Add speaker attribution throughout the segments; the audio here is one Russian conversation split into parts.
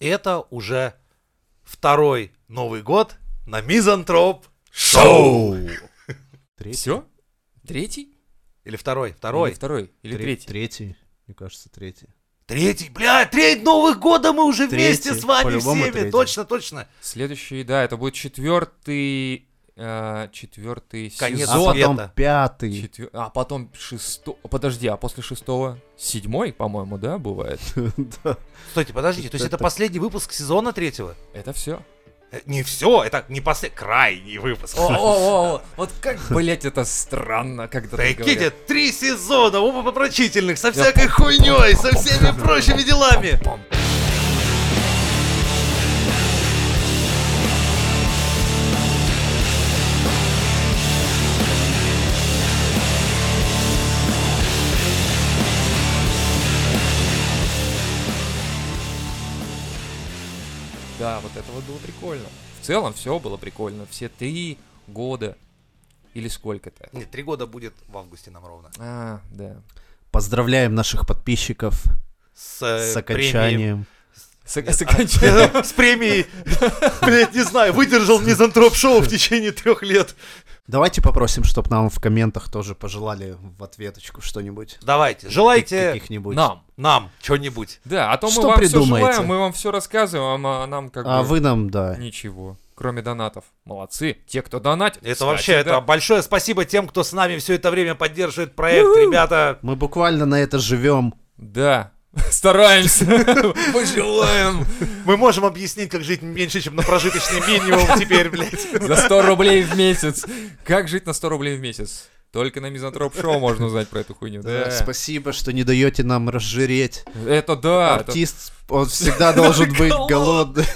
Speaker 1: Это уже второй Новый год на Мизантроп
Speaker 2: Шоу!
Speaker 3: Третий.
Speaker 2: Все? Третий?
Speaker 1: Или второй, второй.
Speaker 2: Или второй? Или
Speaker 3: Тре-
Speaker 2: третий?
Speaker 3: Третий. Мне кажется, третий.
Speaker 1: Третий, бля, треть Новых года мы уже
Speaker 3: Третий,
Speaker 1: вместе с вами
Speaker 3: по-любому
Speaker 1: всеми.
Speaker 3: третий.
Speaker 1: Точно, точно.
Speaker 2: Следующий, да, это будет четвертый... э, четвертый
Speaker 1: Конец
Speaker 2: сезон.
Speaker 1: света.
Speaker 3: А Потом пятый.
Speaker 2: Четвер- А потом шестой... Подожди, а после шестого? Седьмой, по-моему, да, бывает?
Speaker 3: Да.
Speaker 1: Стойте, подождите, то есть это
Speaker 3: Это-
Speaker 1: последний выпуск сезона третьего?
Speaker 2: Это все.
Speaker 1: Э, Не все, это не последний, крайний выпуск.
Speaker 2: О-о-о, вот как, блять, это странно, когда так
Speaker 1: Прикиньте,
Speaker 2: говорят.
Speaker 1: три сезона, оба попрочительных, со всякой хуйней, со всеми прочими делами.
Speaker 2: Пам. Да, вот это вот было прикольно. В целом все было прикольно. Все три года. Или сколько-то.
Speaker 1: Нет, три года будет в августе нам ровно.
Speaker 2: А, да.
Speaker 3: Поздравляем наших подписчиков
Speaker 1: С, э,
Speaker 3: с
Speaker 1: премией.
Speaker 3: окончанием.
Speaker 2: С,
Speaker 1: а
Speaker 2: с окончанием.
Speaker 1: С премией. Блять, не знаю, выдержал мизантроп шоу в течение трех лет.
Speaker 3: Давайте попросим, чтобы нам в комментах тоже пожелали в ответочку что-нибудь.
Speaker 1: Давайте, желайте
Speaker 3: Каких-нибудь.
Speaker 2: Нам.
Speaker 1: нам что-нибудь.
Speaker 2: Да, а то мы
Speaker 3: Что
Speaker 2: вам все
Speaker 3: придумаете?
Speaker 2: желаем, мы вам все рассказываем, а нам как
Speaker 3: А
Speaker 2: бы
Speaker 3: вы нам, да.
Speaker 2: ничего. Кроме донатов. Молодцы. Те, кто донатит.
Speaker 1: Это
Speaker 2: кстати,
Speaker 1: вообще, это
Speaker 2: да.
Speaker 1: большое спасибо тем, кто с нами все это время поддерживает проект, ребята.
Speaker 3: Мы буквально на это живем.
Speaker 2: Да. Стараемся. Мы желаем.
Speaker 1: Мы можем объяснить, как жить меньше, чем на прожиточный минимум теперь, блядь.
Speaker 2: За 100 рублей в месяц. Как жить на 100 рублей в месяц? Только на Мизантроп Шоу можно узнать про эту хуйню. Да.
Speaker 3: Спасибо, что не даете нам разжиреть.
Speaker 2: Это да. А, это
Speaker 3: Артист, он всегда должен быть голодный.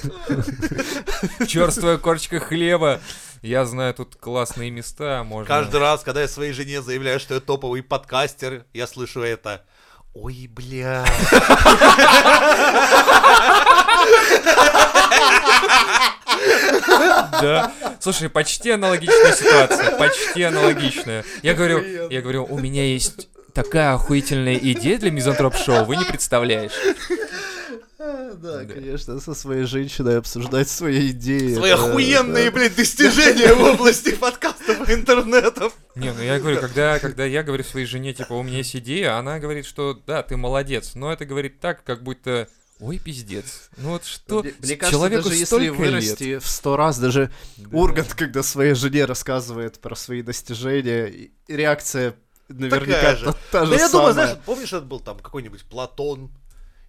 Speaker 2: Черствая корочка хлеба. Я знаю тут классные места. Можно...
Speaker 1: Каждый раз, когда я своей жене заявляю, что я топовый подкастер, я слышу это. Ой, бля.
Speaker 2: Да. Слушай, почти аналогичная ситуация. Почти аналогичная. Я говорю, я говорю, у меня есть такая охуительная идея для мизантроп-шоу, вы не представляешь.
Speaker 3: Да,
Speaker 2: Да.
Speaker 3: конечно, со своей женщиной обсуждать свои идеи. Э,
Speaker 1: Свои
Speaker 3: это-
Speaker 1: охуенные, блядь, достижения в области подкастов и интернетов.
Speaker 2: Не, ну я говорю, когда, когда я говорю своей жене, типа, у меня есть идея, она говорит, что да, ты молодец, но это говорит так, как будто... Ой, пиздец. Ну вот что?
Speaker 3: Мне, мне
Speaker 2: с-
Speaker 3: кажется,
Speaker 2: человеку
Speaker 3: даже если
Speaker 2: столько лет.
Speaker 3: вырасти в сто раз, даже
Speaker 2: Да.
Speaker 3: Ургант, когда своей жене рассказывает про свои достижения, и- и реакция
Speaker 1: Такая
Speaker 3: наверняка
Speaker 1: же.
Speaker 3: та, та же
Speaker 1: Да я
Speaker 3: самая.
Speaker 1: думаю, знаешь, помнишь, это был там какой-нибудь Платон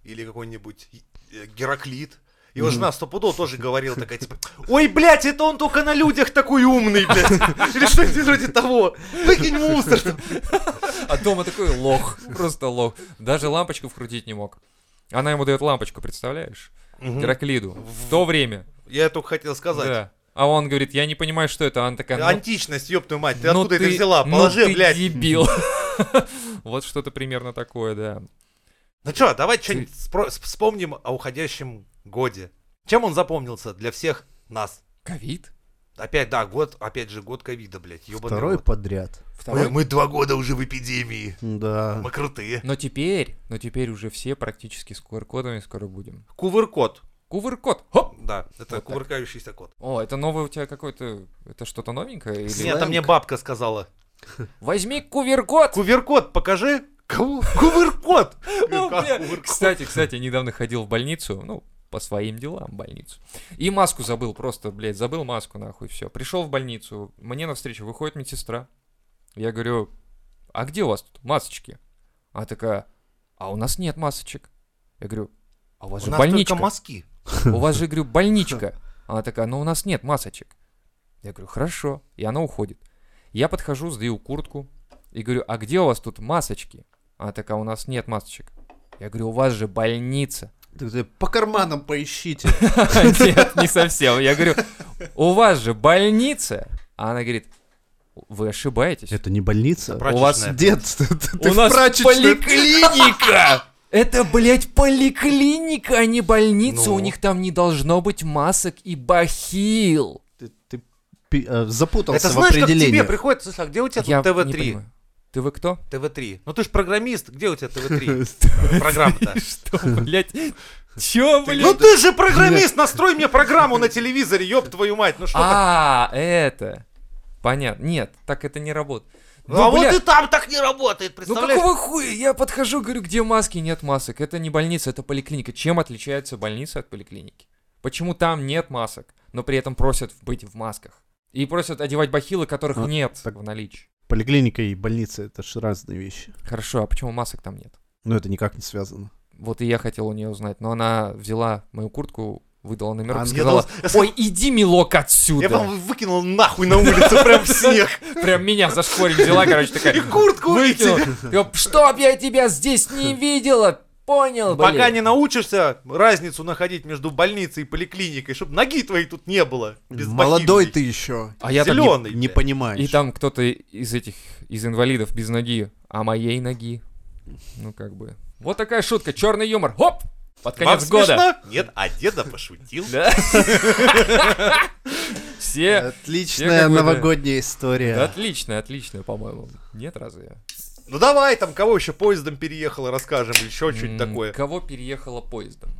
Speaker 1: или какой-нибудь э, Гераклит? Его жена стопудово тоже говорила такая, типа, ой, блядь, это он только на людях такой умный, блядь. Или что-нибудь вроде того. Выкинь мусор.
Speaker 2: А дома такой лох, просто лох. Даже лампочку вкрутить не мог. Она ему дает лампочку, представляешь? Гераклиду. В то время.
Speaker 1: Я только хотел сказать. Э,
Speaker 2: Да. А он говорит, я не понимаю, что это. Она такая, ну,
Speaker 1: Античность, ёб твою мать, ты
Speaker 2: ну
Speaker 1: откуда это
Speaker 2: ты-
Speaker 1: взяла?
Speaker 2: ну
Speaker 1: Положи,
Speaker 2: ты
Speaker 1: блядь.
Speaker 2: дебил. Вот что-то примерно такое, да.
Speaker 1: Ну что, давайте что-нибудь спро- сп- вспомним о уходящем годе. Чем он запомнился для всех нас?
Speaker 2: Ковид?
Speaker 1: Опять, да, год, опять же, год ковида, блядь, ёбаный
Speaker 3: Второй
Speaker 1: рот.
Speaker 3: подряд.
Speaker 1: Мы,
Speaker 2: Второй.
Speaker 1: мы два года уже в эпидемии.
Speaker 3: Да.
Speaker 2: А.
Speaker 1: Мы крутые.
Speaker 2: Но теперь, но теперь уже все практически с QR-кодами скоро будем.
Speaker 1: Кувыркот.
Speaker 2: Кувыр-код. Хоп!
Speaker 1: Да, это
Speaker 2: так.
Speaker 1: кувыркающийся кот.
Speaker 2: О, это новое у тебя какое-то... Это что-то новенькое? Или...
Speaker 1: Нет, это мне бабка сказала.
Speaker 2: Возьми кувер-код!
Speaker 1: Кувыркот, покажи. Кого? Кувыркот!
Speaker 2: Ну,
Speaker 1: Как
Speaker 2: бля.
Speaker 1: кувыркот?
Speaker 2: Кстати, кстати, недавно ходил в больницу, ну, по своим делам в больницу. И маску забыл просто, блядь, забыл маску нахуй, все. Пришел в больницу, мне навстречу выходит медсестра. Я говорю, а где у вас тут масочки? Она такая, а у нас нет масочек. Я говорю, а у вас
Speaker 1: У
Speaker 2: же
Speaker 1: нас
Speaker 2: больничка.
Speaker 1: только мазки.
Speaker 2: У вас же, говорю, больничка. Она такая, ну у нас нет масочек. Я говорю, хорошо. И она уходит. Я подхожу, сдаю куртку и говорю, а где у вас тут масочки? Она такая, у нас нет масочек. Я говорю, у вас же больница.
Speaker 3: Так ты По карманам поищите.
Speaker 2: Нет, не совсем. Я говорю, у вас же больница. А она говорит, вы ошибаетесь.
Speaker 3: Это не больница?
Speaker 1: Прачечная.
Speaker 2: У вас
Speaker 3: Дед, ты, ты- ты
Speaker 2: У
Speaker 3: в
Speaker 2: нас
Speaker 3: прачечной.
Speaker 2: поликлиника! Это, блядь, поликлиника, а не больница.
Speaker 1: Ну.
Speaker 2: У них там не должно быть масок и бахил.
Speaker 3: Ты, ты пи- э, запутался
Speaker 1: Это
Speaker 3: в
Speaker 1: знаешь, как к тебе
Speaker 3: определении.
Speaker 1: приходит, слушай, а где у тебя
Speaker 2: Я
Speaker 1: тут
Speaker 2: не
Speaker 1: ТВ-3?
Speaker 2: понимаю. Ты вы кто?
Speaker 1: ТВ-3. Ну ты же программист, где у тебя ТВ-3? Программа-то.
Speaker 2: Что, блядь? Чё, блин?
Speaker 1: Ну ты же программист, настрой мне программу на телевизоре, ёб твою мать, ну что ты?
Speaker 2: А, это. Понятно. Нет, так это не работает.
Speaker 1: Ну, а
Speaker 2: Ну, бля,
Speaker 1: вот и там так не работает,
Speaker 2: ну
Speaker 1: представляешь?
Speaker 2: какого хуя? Я подхожу, говорю, где маски? Нет масок. Это не больница, это поликлиника. Чем отличается больница от поликлиники? Почему там нет масок, но при этом просят быть в масках? И просят одевать бахилы, которых
Speaker 3: А,
Speaker 2: нет
Speaker 3: так-
Speaker 2: в наличии.
Speaker 3: Поликлиника и больница — это же разные вещи.
Speaker 2: Хорошо, а почему масок там нет?
Speaker 3: Но это никак не связано.
Speaker 2: Вот и я хотел у нее узнать, но она взяла мою куртку, выдала номер
Speaker 3: А,
Speaker 2: и
Speaker 3: я
Speaker 2: сказала, ой, иди, милок,
Speaker 1: Я
Speaker 2: отсюда.
Speaker 1: вам выкинул нахуй на улицу прям в снег.
Speaker 2: Прям меня за шкворень взяла, короче, такая.
Speaker 1: И куртку и
Speaker 2: выкинула.
Speaker 1: тебя.
Speaker 2: Я, Чтоб я тебя здесь не видела, понял, блин.
Speaker 1: Ну, Пока не научишься разницу находить между больницей и поликлиникой, чтобы ноги твоей тут не было. без
Speaker 3: Молодой
Speaker 1: бахилы.
Speaker 3: ты еще.
Speaker 2: А я там не-
Speaker 1: Зелёный,
Speaker 3: Не
Speaker 1: блядь.
Speaker 3: понимаешь.
Speaker 2: И там кто-то из этих, из инвалидов без ноги, а моей ноги. Ну, как бы. Вот такая шутка, черный юмор. Хоп! Под
Speaker 1: Вам
Speaker 2: конец года.
Speaker 1: смешно? Нет, а деда пошутил.
Speaker 2: Да. Все...
Speaker 1: Э,
Speaker 2: все
Speaker 3: Отличная
Speaker 2: как бы, да.
Speaker 3: новогодняя
Speaker 2: Да
Speaker 3: история.
Speaker 2: отлично, отлично, по-моему. Нет, разве?
Speaker 1: Ну давай, там кого еще поездом переехало, расскажем, еще что-нибудь
Speaker 2: М,
Speaker 1: такое.
Speaker 2: Кого переехало поездом?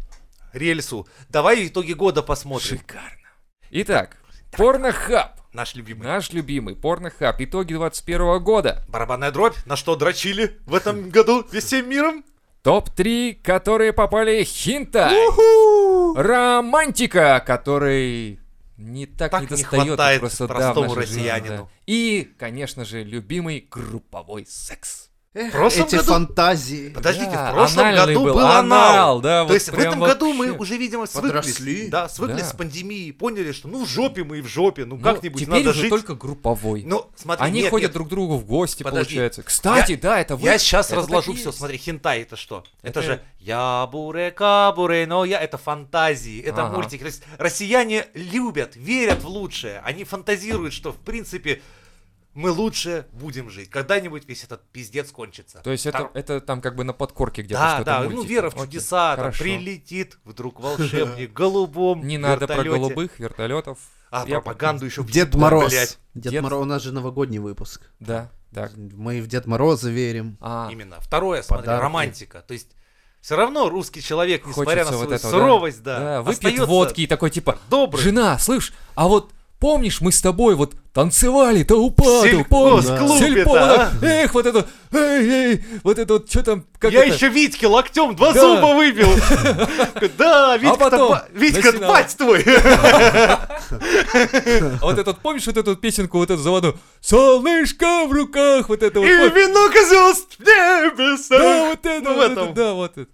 Speaker 1: Рельсу. Давай итоги года посмотрим.
Speaker 2: Шикарно. Итак, Порнохаб.
Speaker 1: Наш любимый.
Speaker 2: Наш любимый Порнохаб. Итоги 21 года.
Speaker 1: Барабанная дробь, на что дрочили в этом году весь всем миром?
Speaker 2: Топ-3, которые попали хинта. Романтика, который не так,
Speaker 1: Так
Speaker 2: не
Speaker 1: не
Speaker 2: достает
Speaker 1: хватает
Speaker 2: просто да, в
Speaker 1: простому
Speaker 2: нашей жизни,
Speaker 1: россиянину.
Speaker 2: да. И, конечно же, любимый групповой секс.
Speaker 3: Эх,
Speaker 1: прошлом
Speaker 3: Эти
Speaker 1: году-
Speaker 3: фантазии.
Speaker 1: Подождите,
Speaker 2: Да,
Speaker 1: в прошлом
Speaker 2: анальный
Speaker 1: году
Speaker 2: был,
Speaker 1: был анал.
Speaker 2: анал, да,
Speaker 1: То
Speaker 2: вот
Speaker 1: есть в
Speaker 2: прям
Speaker 1: этом году мы
Speaker 2: вообще.
Speaker 1: уже, видимо,
Speaker 3: Подросли.
Speaker 1: свыклись. Да, свыклись
Speaker 2: Да.
Speaker 1: с пандемией, поняли, что ну в жопе мы и в жопе, ну
Speaker 2: Ну,
Speaker 1: как-нибудь
Speaker 2: теперь
Speaker 1: надо
Speaker 2: уже
Speaker 1: жить.
Speaker 2: только групповой.
Speaker 1: Ну, смотри,
Speaker 2: Они
Speaker 1: нет,
Speaker 2: ходят
Speaker 1: нет,
Speaker 2: друг к другу в гости,
Speaker 1: Подожди.
Speaker 2: получается. Кстати, да, это вы.
Speaker 1: Я сейчас
Speaker 2: это
Speaker 1: разложу
Speaker 2: так и
Speaker 1: все.
Speaker 2: есть.
Speaker 1: Смотри, хентай это что? Это,
Speaker 2: Это-
Speaker 1: же я буре кабуре, но я это фантазии, это
Speaker 2: Ага.
Speaker 1: мультик. То есть Россияне любят, верят в лучшее. Они фантазируют, что в принципе мы лучше будем жить. Когда-нибудь весь этот пиздец кончится.
Speaker 2: То есть это,
Speaker 1: Там-
Speaker 2: это там как бы на подкорке где-то
Speaker 1: Да,
Speaker 2: что-то
Speaker 1: да,
Speaker 2: мультики.
Speaker 1: ну вера в
Speaker 2: Окей,
Speaker 1: чудеса, там,
Speaker 2: хорошо.
Speaker 1: прилетит вдруг волшебник в голубом
Speaker 2: Не надо про
Speaker 1: вертолете.
Speaker 2: голубых вертолетов.
Speaker 1: А,
Speaker 2: Я-
Speaker 1: пропаганду еще
Speaker 3: Дед Мороз.
Speaker 1: блядь.
Speaker 3: Дед
Speaker 2: Дед-
Speaker 3: Мороз. У нас же новогодний выпуск.
Speaker 2: Да, так.
Speaker 3: Мы в Дед Мороза верим.
Speaker 2: А,
Speaker 1: Именно. Второе, смотри,
Speaker 3: Подарки.
Speaker 1: романтика. То есть все равно русский человек, несмотря
Speaker 2: Хочется
Speaker 1: на
Speaker 2: вот
Speaker 1: свою
Speaker 2: этого, да?
Speaker 1: суровость, да,
Speaker 2: да, выпьет
Speaker 1: остается
Speaker 2: водки и такой типа,
Speaker 1: добрый.
Speaker 2: Жена, слышь, а вот помнишь, мы с тобой вот танцевали, то упаду,
Speaker 1: Сельхоз,
Speaker 2: помнишь?
Speaker 1: клубе,
Speaker 2: Сельпо,
Speaker 1: да,
Speaker 2: вот так, эх, вот это, эй, эй, вот это вот, что там, как
Speaker 1: Я
Speaker 2: это?
Speaker 1: еще Витьке локтем два
Speaker 2: Да. А
Speaker 1: зуба выбил. Да,
Speaker 2: потом
Speaker 1: Витька, Витька,
Speaker 2: начинала.
Speaker 1: бать твой.
Speaker 2: А вот этот, помнишь вот эту песенку, вот эту заводу? Солнышко в руках, вот это
Speaker 1: И
Speaker 2: вот. вот.
Speaker 1: венок звезд в
Speaker 2: Да,
Speaker 1: небесах.
Speaker 2: вот это,
Speaker 1: Ну, в
Speaker 2: вот это,
Speaker 1: этом.
Speaker 2: да, вот это.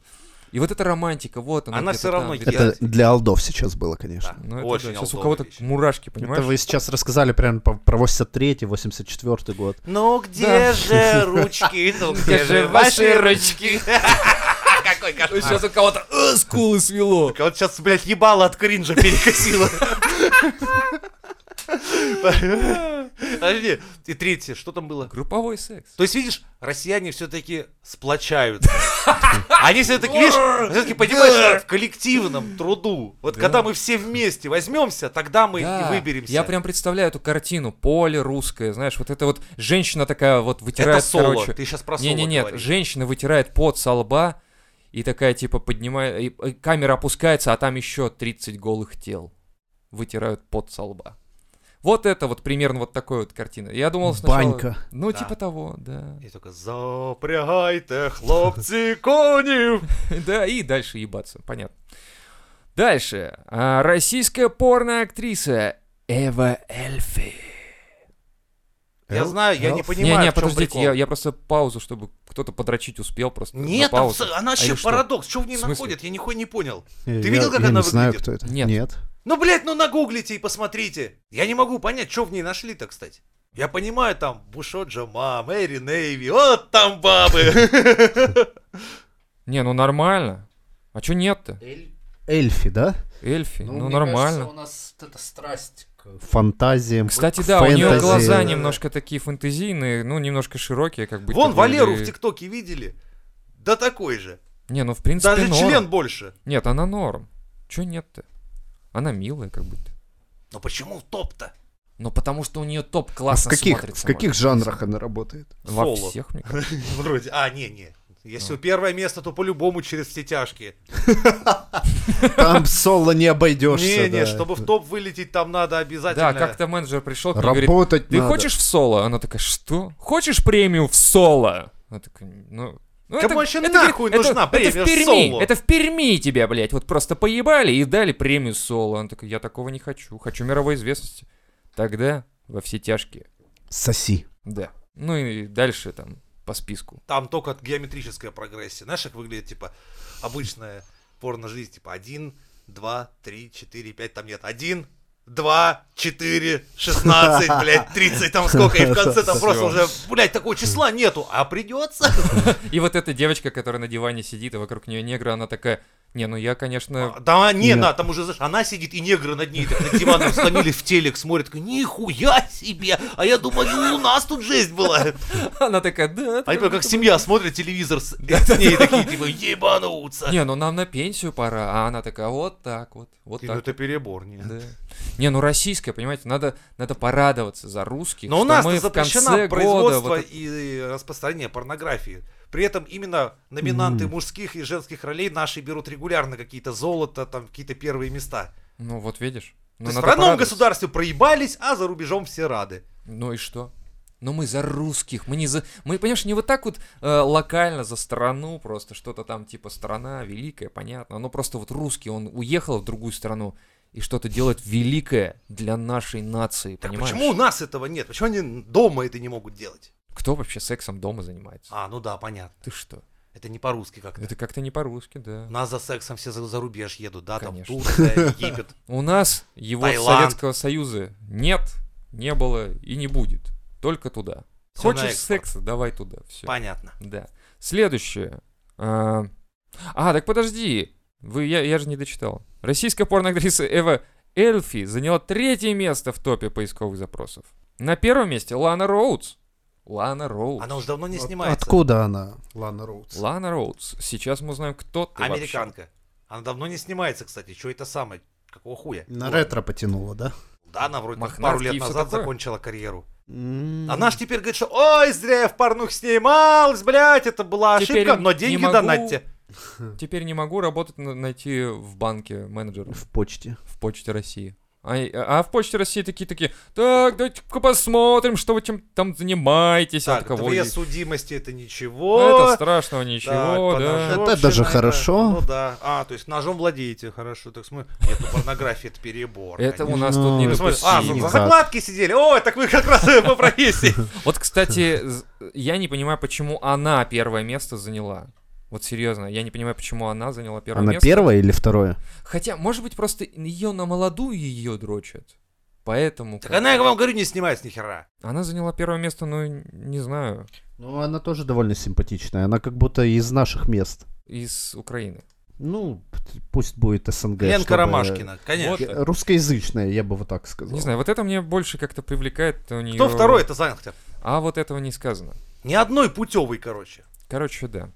Speaker 2: И вот эта романтика, вот она.
Speaker 1: Она
Speaker 2: где-то
Speaker 1: всё
Speaker 2: там,
Speaker 1: равно
Speaker 2: где-то-
Speaker 1: есть.
Speaker 3: Это для алдов сейчас было,
Speaker 1: Да,
Speaker 3: конечно.
Speaker 2: Ну, это
Speaker 1: очень
Speaker 2: да, сейчас у
Speaker 1: алдовая
Speaker 2: кого-то
Speaker 1: вещь.
Speaker 2: мурашки,
Speaker 3: Это
Speaker 2: понимаешь?
Speaker 3: вы сейчас рассказали прям по- про 83-й, 84-й год.
Speaker 1: Ну где
Speaker 2: Да.
Speaker 1: же ручки? Ну где же ваши ручки? Какой
Speaker 2: Ну,
Speaker 1: кошмар.
Speaker 2: Сейчас у кого-то э, скулы свело.
Speaker 1: Вот сейчас, блядь, ебало от кринжа перекосило. Подожди. И третье, что там было?
Speaker 2: Групповой секс.
Speaker 1: То есть, видишь, россияне все-таки сплочаются. Они все-таки, видишь, все-таки понимаешь, что в коллективном труду. Вот
Speaker 2: Да.
Speaker 1: когда мы все вместе возьмемся, тогда мы
Speaker 2: Да,
Speaker 1: и выберемся.
Speaker 2: Я прям представляю эту картину. Поле русское, знаешь, вот это вот женщина такая вот
Speaker 1: Это
Speaker 2: вытирает,
Speaker 1: соло.
Speaker 2: короче.
Speaker 1: Ты сейчас про соло
Speaker 2: не, не, нет,
Speaker 1: говоришь.
Speaker 2: женщина вытирает пот со лба и такая типа поднимает, и- и камера опускается, а там еще 30 голых тел вытирают пот со лба. Вот это вот примерно вот такой вот картина. Я думал сначала...
Speaker 3: Банька.
Speaker 2: Ну,
Speaker 1: Да.
Speaker 2: типа того, да.
Speaker 1: И только запрягайте, хлопцы, кони.
Speaker 2: Да, и дальше ебаться, понятно. Дальше. А, Российская порноактриса Эва Эльфи.
Speaker 1: Я знаю, я не
Speaker 2: Не,
Speaker 1: понимаю,
Speaker 2: не,
Speaker 1: в чём
Speaker 2: подождите,
Speaker 1: прикол.
Speaker 2: я, я просто паузу, чтобы кто-то подрочить успел просто. на
Speaker 1: Нет, там
Speaker 2: паузу.
Speaker 1: с- она
Speaker 2: А
Speaker 1: вообще
Speaker 2: или что?
Speaker 1: парадокс. Что в ней
Speaker 2: В смысле?
Speaker 1: находит? Я нихуя не понял.
Speaker 3: Ты
Speaker 1: видел, как она
Speaker 3: не знаю,
Speaker 1: выглядит?
Speaker 3: кто это.
Speaker 2: Нет.
Speaker 1: Ну, блядь, ну нагуглите и посмотрите. Я не могу понять, что в ней нашли-то, кстати. Я понимаю, там Бушоджа Мам, Эри Нейви, вот там бабы.
Speaker 2: Не, ну нормально. А чё нет-то?
Speaker 3: Эльфи, да?
Speaker 2: Эльфи, ну, нормально.
Speaker 3: у нас это страсть к фантазиям.
Speaker 2: Кстати, да, у нее
Speaker 3: фэнтези.
Speaker 2: глаза
Speaker 1: Да-да-да.
Speaker 2: немножко такие фэнтезийные, ну, немножко широкие, как бы.
Speaker 1: Вон
Speaker 2: такие,
Speaker 1: Валеру
Speaker 2: или-
Speaker 1: в ТикТоке видели? Да такой же.
Speaker 2: Не, ну, в принципе,
Speaker 1: Даже
Speaker 2: норм.
Speaker 1: член больше.
Speaker 2: Нет, она норм. Чё нет-то? Она милая, как будто.
Speaker 1: Но почему в топ-то?
Speaker 2: Но потому что у нее топ
Speaker 3: А в
Speaker 2: классно
Speaker 3: каких,
Speaker 2: смотрится.
Speaker 3: в каких
Speaker 2: можно
Speaker 3: жанрах она работает?
Speaker 2: сказать. Во
Speaker 1: Соло.
Speaker 2: всех, мне кажется.
Speaker 1: Вроде. А, не, не. Если первое место, то по-любому через все тяжкие.
Speaker 3: Там соло не обойдешься.
Speaker 1: Не, не,
Speaker 3: да.
Speaker 1: чтобы в топ вылететь, там надо обязательно.
Speaker 2: Да, как-то менеджер пришел к ней и говорит,
Speaker 3: Работать
Speaker 2: ты
Speaker 3: надо.
Speaker 2: хочешь в соло? Она такая, что? Хочешь премию в соло? Она такая, ну... ну
Speaker 1: Кому вообще нахуй
Speaker 2: говорит,
Speaker 1: нужна премия
Speaker 2: в
Speaker 1: в
Speaker 2: Перми,
Speaker 1: соло?
Speaker 2: Это в Перми тебя, блядь, вот просто поебали и дали премию соло. Она такая, я такого не хочу, хочу мировой известности. Тогда во все тяжкие.
Speaker 3: Соси.
Speaker 2: Да. Ну и дальше там по списку.
Speaker 1: Там только геометрическая прогрессия. Знаешь, как выглядит, типа, обычная порно-жизнь, типа, один, два, три, четыре, пять, там нет, один, два, четыре, шестнадцать, блядь, тридцать, там сколько, и в конце там просто уже, блядь, такого числа нету, а придется.
Speaker 2: И вот эта девочка, которая на диване сидит, и вокруг нее негра, она такая, не, ну я, конечно...
Speaker 1: Да не,
Speaker 3: Нет.
Speaker 1: на, там уже, знаешь, она сидит, и негры над ней, так, над диваном сломились в телек, смотрят, такой, нихуя себе, а я думаю, у нас тут жесть была.
Speaker 2: Она такая, да.
Speaker 1: Они
Speaker 2: да,
Speaker 1: прям как семья смотрит телевизор с, с ней, такие, типа, ебануться.
Speaker 2: Не, ну нам на пенсию пора, а она такая, вот так вот, вот
Speaker 1: И,
Speaker 2: так.
Speaker 1: ну, это перебор, не.
Speaker 2: Да. Не, ну российская, понимаете, надо, надо порадоваться за русских.
Speaker 1: Но у
Speaker 2: что
Speaker 1: нас
Speaker 2: мы в
Speaker 1: запрещено
Speaker 2: конце года
Speaker 1: производство
Speaker 2: вот это-
Speaker 1: и э, распространение порнографии. При этом именно номинанты мужских и женских ролей наши берут регулярно какие-то золото, там какие-то первые места.
Speaker 2: Ну вот видишь. Ну,
Speaker 1: То есть
Speaker 2: надо
Speaker 1: в родном
Speaker 2: порадоваться.
Speaker 1: государстве проебались, а за рубежом все рады.
Speaker 2: Ну и что? Ну мы за русских, мы не за... Мы, понимаешь, не вот так вот э, локально за страну просто, что-то там типа страна великая, понятно. Но просто вот русский, он уехал в другую страну и что-то делает великое для нашей нации,
Speaker 1: Так
Speaker 2: понимаешь?
Speaker 1: почему у нас этого нет? Почему они дома это не могут делать?
Speaker 2: Кто вообще сексом дома занимается?
Speaker 1: А, ну да, понятно.
Speaker 2: Ты что?
Speaker 1: Это не по-русски как-то.
Speaker 2: Это как-то не по-русски, да.
Speaker 1: У нас за сексом все за, за рубеж едут, да,
Speaker 2: Конечно.
Speaker 1: там Турция, Египет.
Speaker 2: У нас его с
Speaker 1: Таиланд.
Speaker 2: Советского Союза нет, не было и не будет. Только туда.
Speaker 1: Всё на
Speaker 2: Хочешь
Speaker 1: экспорт.
Speaker 2: секса, давай туда. Все.
Speaker 1: Понятно.
Speaker 2: Да. Следующее. А, а, так подожди. Вы, я, я же не дочитал. Российская порноактриса Эва Эльфи заняла третье место в топе поисковых запросов. На первом месте Лана Роудс. Лана Роудс.
Speaker 1: Она уже давно не
Speaker 3: От-
Speaker 1: снимается.
Speaker 3: Откуда она, Лана Роудс?
Speaker 2: Лана Роудс. Сейчас мы узнаем, кто ты вообще.
Speaker 1: Американка. Она давно не снимается, кстати. Что это самое? Какого хуя?
Speaker 3: На ретро потянула, да?
Speaker 1: Да, она вроде
Speaker 2: Мохнатки
Speaker 1: пару лет
Speaker 2: и всё
Speaker 1: назад
Speaker 2: такое.
Speaker 1: закончила карьеру. Она
Speaker 2: М-м.
Speaker 3: Она
Speaker 1: ж теперь говорит, что ой, зря я в порнух снималась, блядь, это была ошибка,
Speaker 2: Теперь
Speaker 1: но
Speaker 2: не
Speaker 1: деньги
Speaker 2: могу.
Speaker 1: донатьте.
Speaker 2: Теперь не могу работать, на- найти в банке менеджера.
Speaker 3: в почте.
Speaker 2: в Почте России. А, а в Почте России такие такие, так, давайте-ка посмотрим, что вы чем там занимаетесь, от
Speaker 1: Так,
Speaker 2: кого
Speaker 1: две
Speaker 2: есть».
Speaker 1: судимости, это
Speaker 2: Ну,
Speaker 1: ничего.
Speaker 2: Это страшного ничего,
Speaker 1: Так,
Speaker 2: да.
Speaker 1: поножовщина,
Speaker 3: Это даже хорошо.
Speaker 1: Ну да. А, то есть ножом владеете, хорошо. Так смотри, нет, ну, порнография это перебор.
Speaker 2: Это
Speaker 1: конечно.
Speaker 2: у нас
Speaker 3: Ну,
Speaker 2: тут не
Speaker 1: Ну, смотри, а, ну, за
Speaker 3: Никак.
Speaker 1: закладки сидели. Ой, так вы как раз по профессии.
Speaker 2: Вот, кстати, з- я не понимаю, почему она первое место заняла. Вот серьезно, я не понимаю, почему она заняла первое
Speaker 3: Она
Speaker 2: место.
Speaker 3: первая или второе?
Speaker 2: Хотя, может быть, просто ее на молодую ее дрочат. Поэтому.
Speaker 1: Так
Speaker 2: как-
Speaker 1: она, я вам говорю, не снимается ни хера.
Speaker 2: Она заняла первое место, ну, не знаю,
Speaker 3: Ну, она тоже довольно симпатичная. Она как будто из наших мест.
Speaker 2: из Украины.
Speaker 3: Ну, п- пусть будет СНГ.
Speaker 1: Ленка
Speaker 3: чтобы-
Speaker 1: Ромашкина, конечно.
Speaker 2: Вот.
Speaker 3: Э, Русскоязычная, я бы вот так сказал.
Speaker 2: Не знаю, вот это мне больше как-то привлекает у нее.
Speaker 1: Кто второй это занял хотя бы?
Speaker 2: А вот этого не сказано.
Speaker 1: Ни одной путевой, короче.
Speaker 2: Короче, да.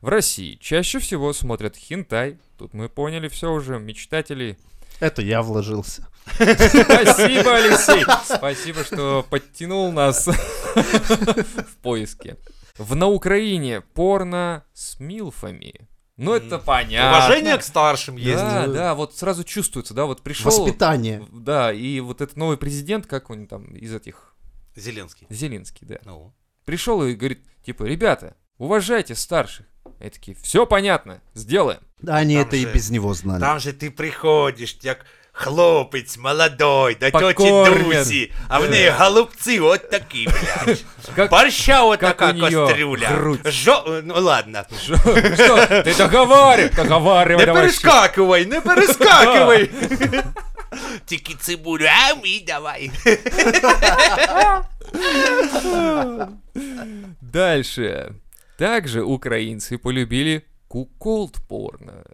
Speaker 2: В России чаще всего смотрят хентай. Тут мы поняли все уже, мечтатели.
Speaker 3: Это я вложился.
Speaker 2: Спасибо, Алексей! Спасибо, что подтянул нас в поиске. В на Украине порно с милфами. Ну, это
Speaker 1: М.
Speaker 2: понятно.
Speaker 1: Уважение к старшим есть. ну,
Speaker 2: Да, да, вот сразу чувствуется, да, вот пришел...
Speaker 3: Воспитание.
Speaker 2: Да, и вот этот новый президент, как он там из этих...
Speaker 1: Зеленский.
Speaker 2: Зеленский, да.
Speaker 1: Ну.
Speaker 2: Пришел и говорит, типа, ребята, уважайте старших. И такие, все понятно, сделаем.
Speaker 3: Да, они
Speaker 1: Там
Speaker 3: это
Speaker 1: же-
Speaker 3: и без него знали.
Speaker 1: Там же ты приходишь, тебя хлопец молодой, да тети
Speaker 2: Покормят.
Speaker 1: Дуси, а в ней голубцы вот такие, блядь.
Speaker 2: Как-
Speaker 1: Борща вот
Speaker 2: как
Speaker 1: такая
Speaker 2: у неё
Speaker 1: кастрюля.
Speaker 2: грудь.
Speaker 1: Жо- Ну ладно.
Speaker 2: Что? Что? Ты договаривай, договаривай,
Speaker 1: Не
Speaker 2: давай.
Speaker 1: перескакивай, не перескакивай. Тики цибулю, а мы давай.
Speaker 2: Дальше. Также украинцы полюбили куколд порно.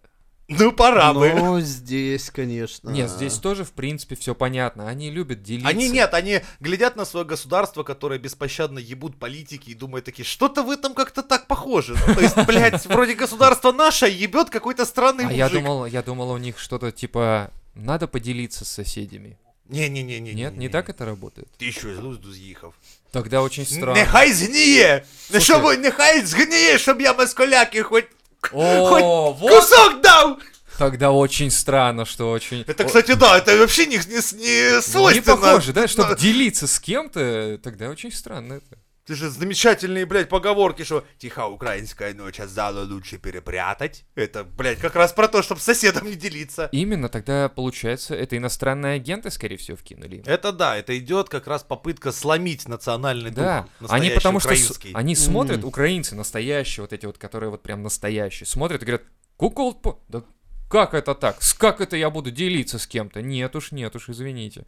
Speaker 1: Ну пора бы.
Speaker 3: Но здесь, конечно.
Speaker 2: Нет, здесь тоже, в принципе, все понятно. Они любят делиться.
Speaker 1: А.
Speaker 2: А
Speaker 1: Они нет, они глядят на свое государство, которое беспощадно ебут политики и думают такие, что-то вы там как-то так похожи. Ну, То есть, блядь, вроде государство наше а ебет какой-то странный
Speaker 2: А
Speaker 1: мужик.
Speaker 2: я думал, я думал, у них что-то типа надо поделиться с соседями.
Speaker 1: Не-не-не-не.
Speaker 2: Нет, не так это работает.
Speaker 1: Ты еще из лузду з'їхав.
Speaker 2: Тогда очень странно.
Speaker 1: Нехай згніє!
Speaker 2: Слушай.
Speaker 1: Щоб, нехай згніє, щоб я москаляки хоть,
Speaker 2: О,
Speaker 1: хоть
Speaker 2: вот.
Speaker 1: кусок дал!
Speaker 2: Тогда очень странно, что очень.
Speaker 1: Это,
Speaker 2: О,
Speaker 1: кстати, да, это вообще не, не, не
Speaker 2: ну, не
Speaker 1: свойственно.
Speaker 2: похоже, да? Чтобы
Speaker 1: Но-
Speaker 2: делиться с кем-то, тогда очень странно. это.
Speaker 1: Ты же замечательные, блядь, поговорки, что «Тиха украинская ночь, а зала лучше перепрятать». Это, блядь, как раз про то, чтобы с соседом не делиться.
Speaker 2: Именно тогда получается, это иностранные агенты, скорее всего, вкинули. им.
Speaker 1: Это да, это идет как раз попытка сломить национальный
Speaker 2: Да,
Speaker 1: дух.
Speaker 2: они
Speaker 1: настоящий
Speaker 2: потому что с-
Speaker 1: украинский.
Speaker 2: они смотрят
Speaker 3: М.
Speaker 2: украинцы настоящие, вот эти вот, которые вот прям настоящие, смотрят и говорят, кукол, по- да как это так? С как это я буду делиться с кем-то? Нет уж, нет уж, извините.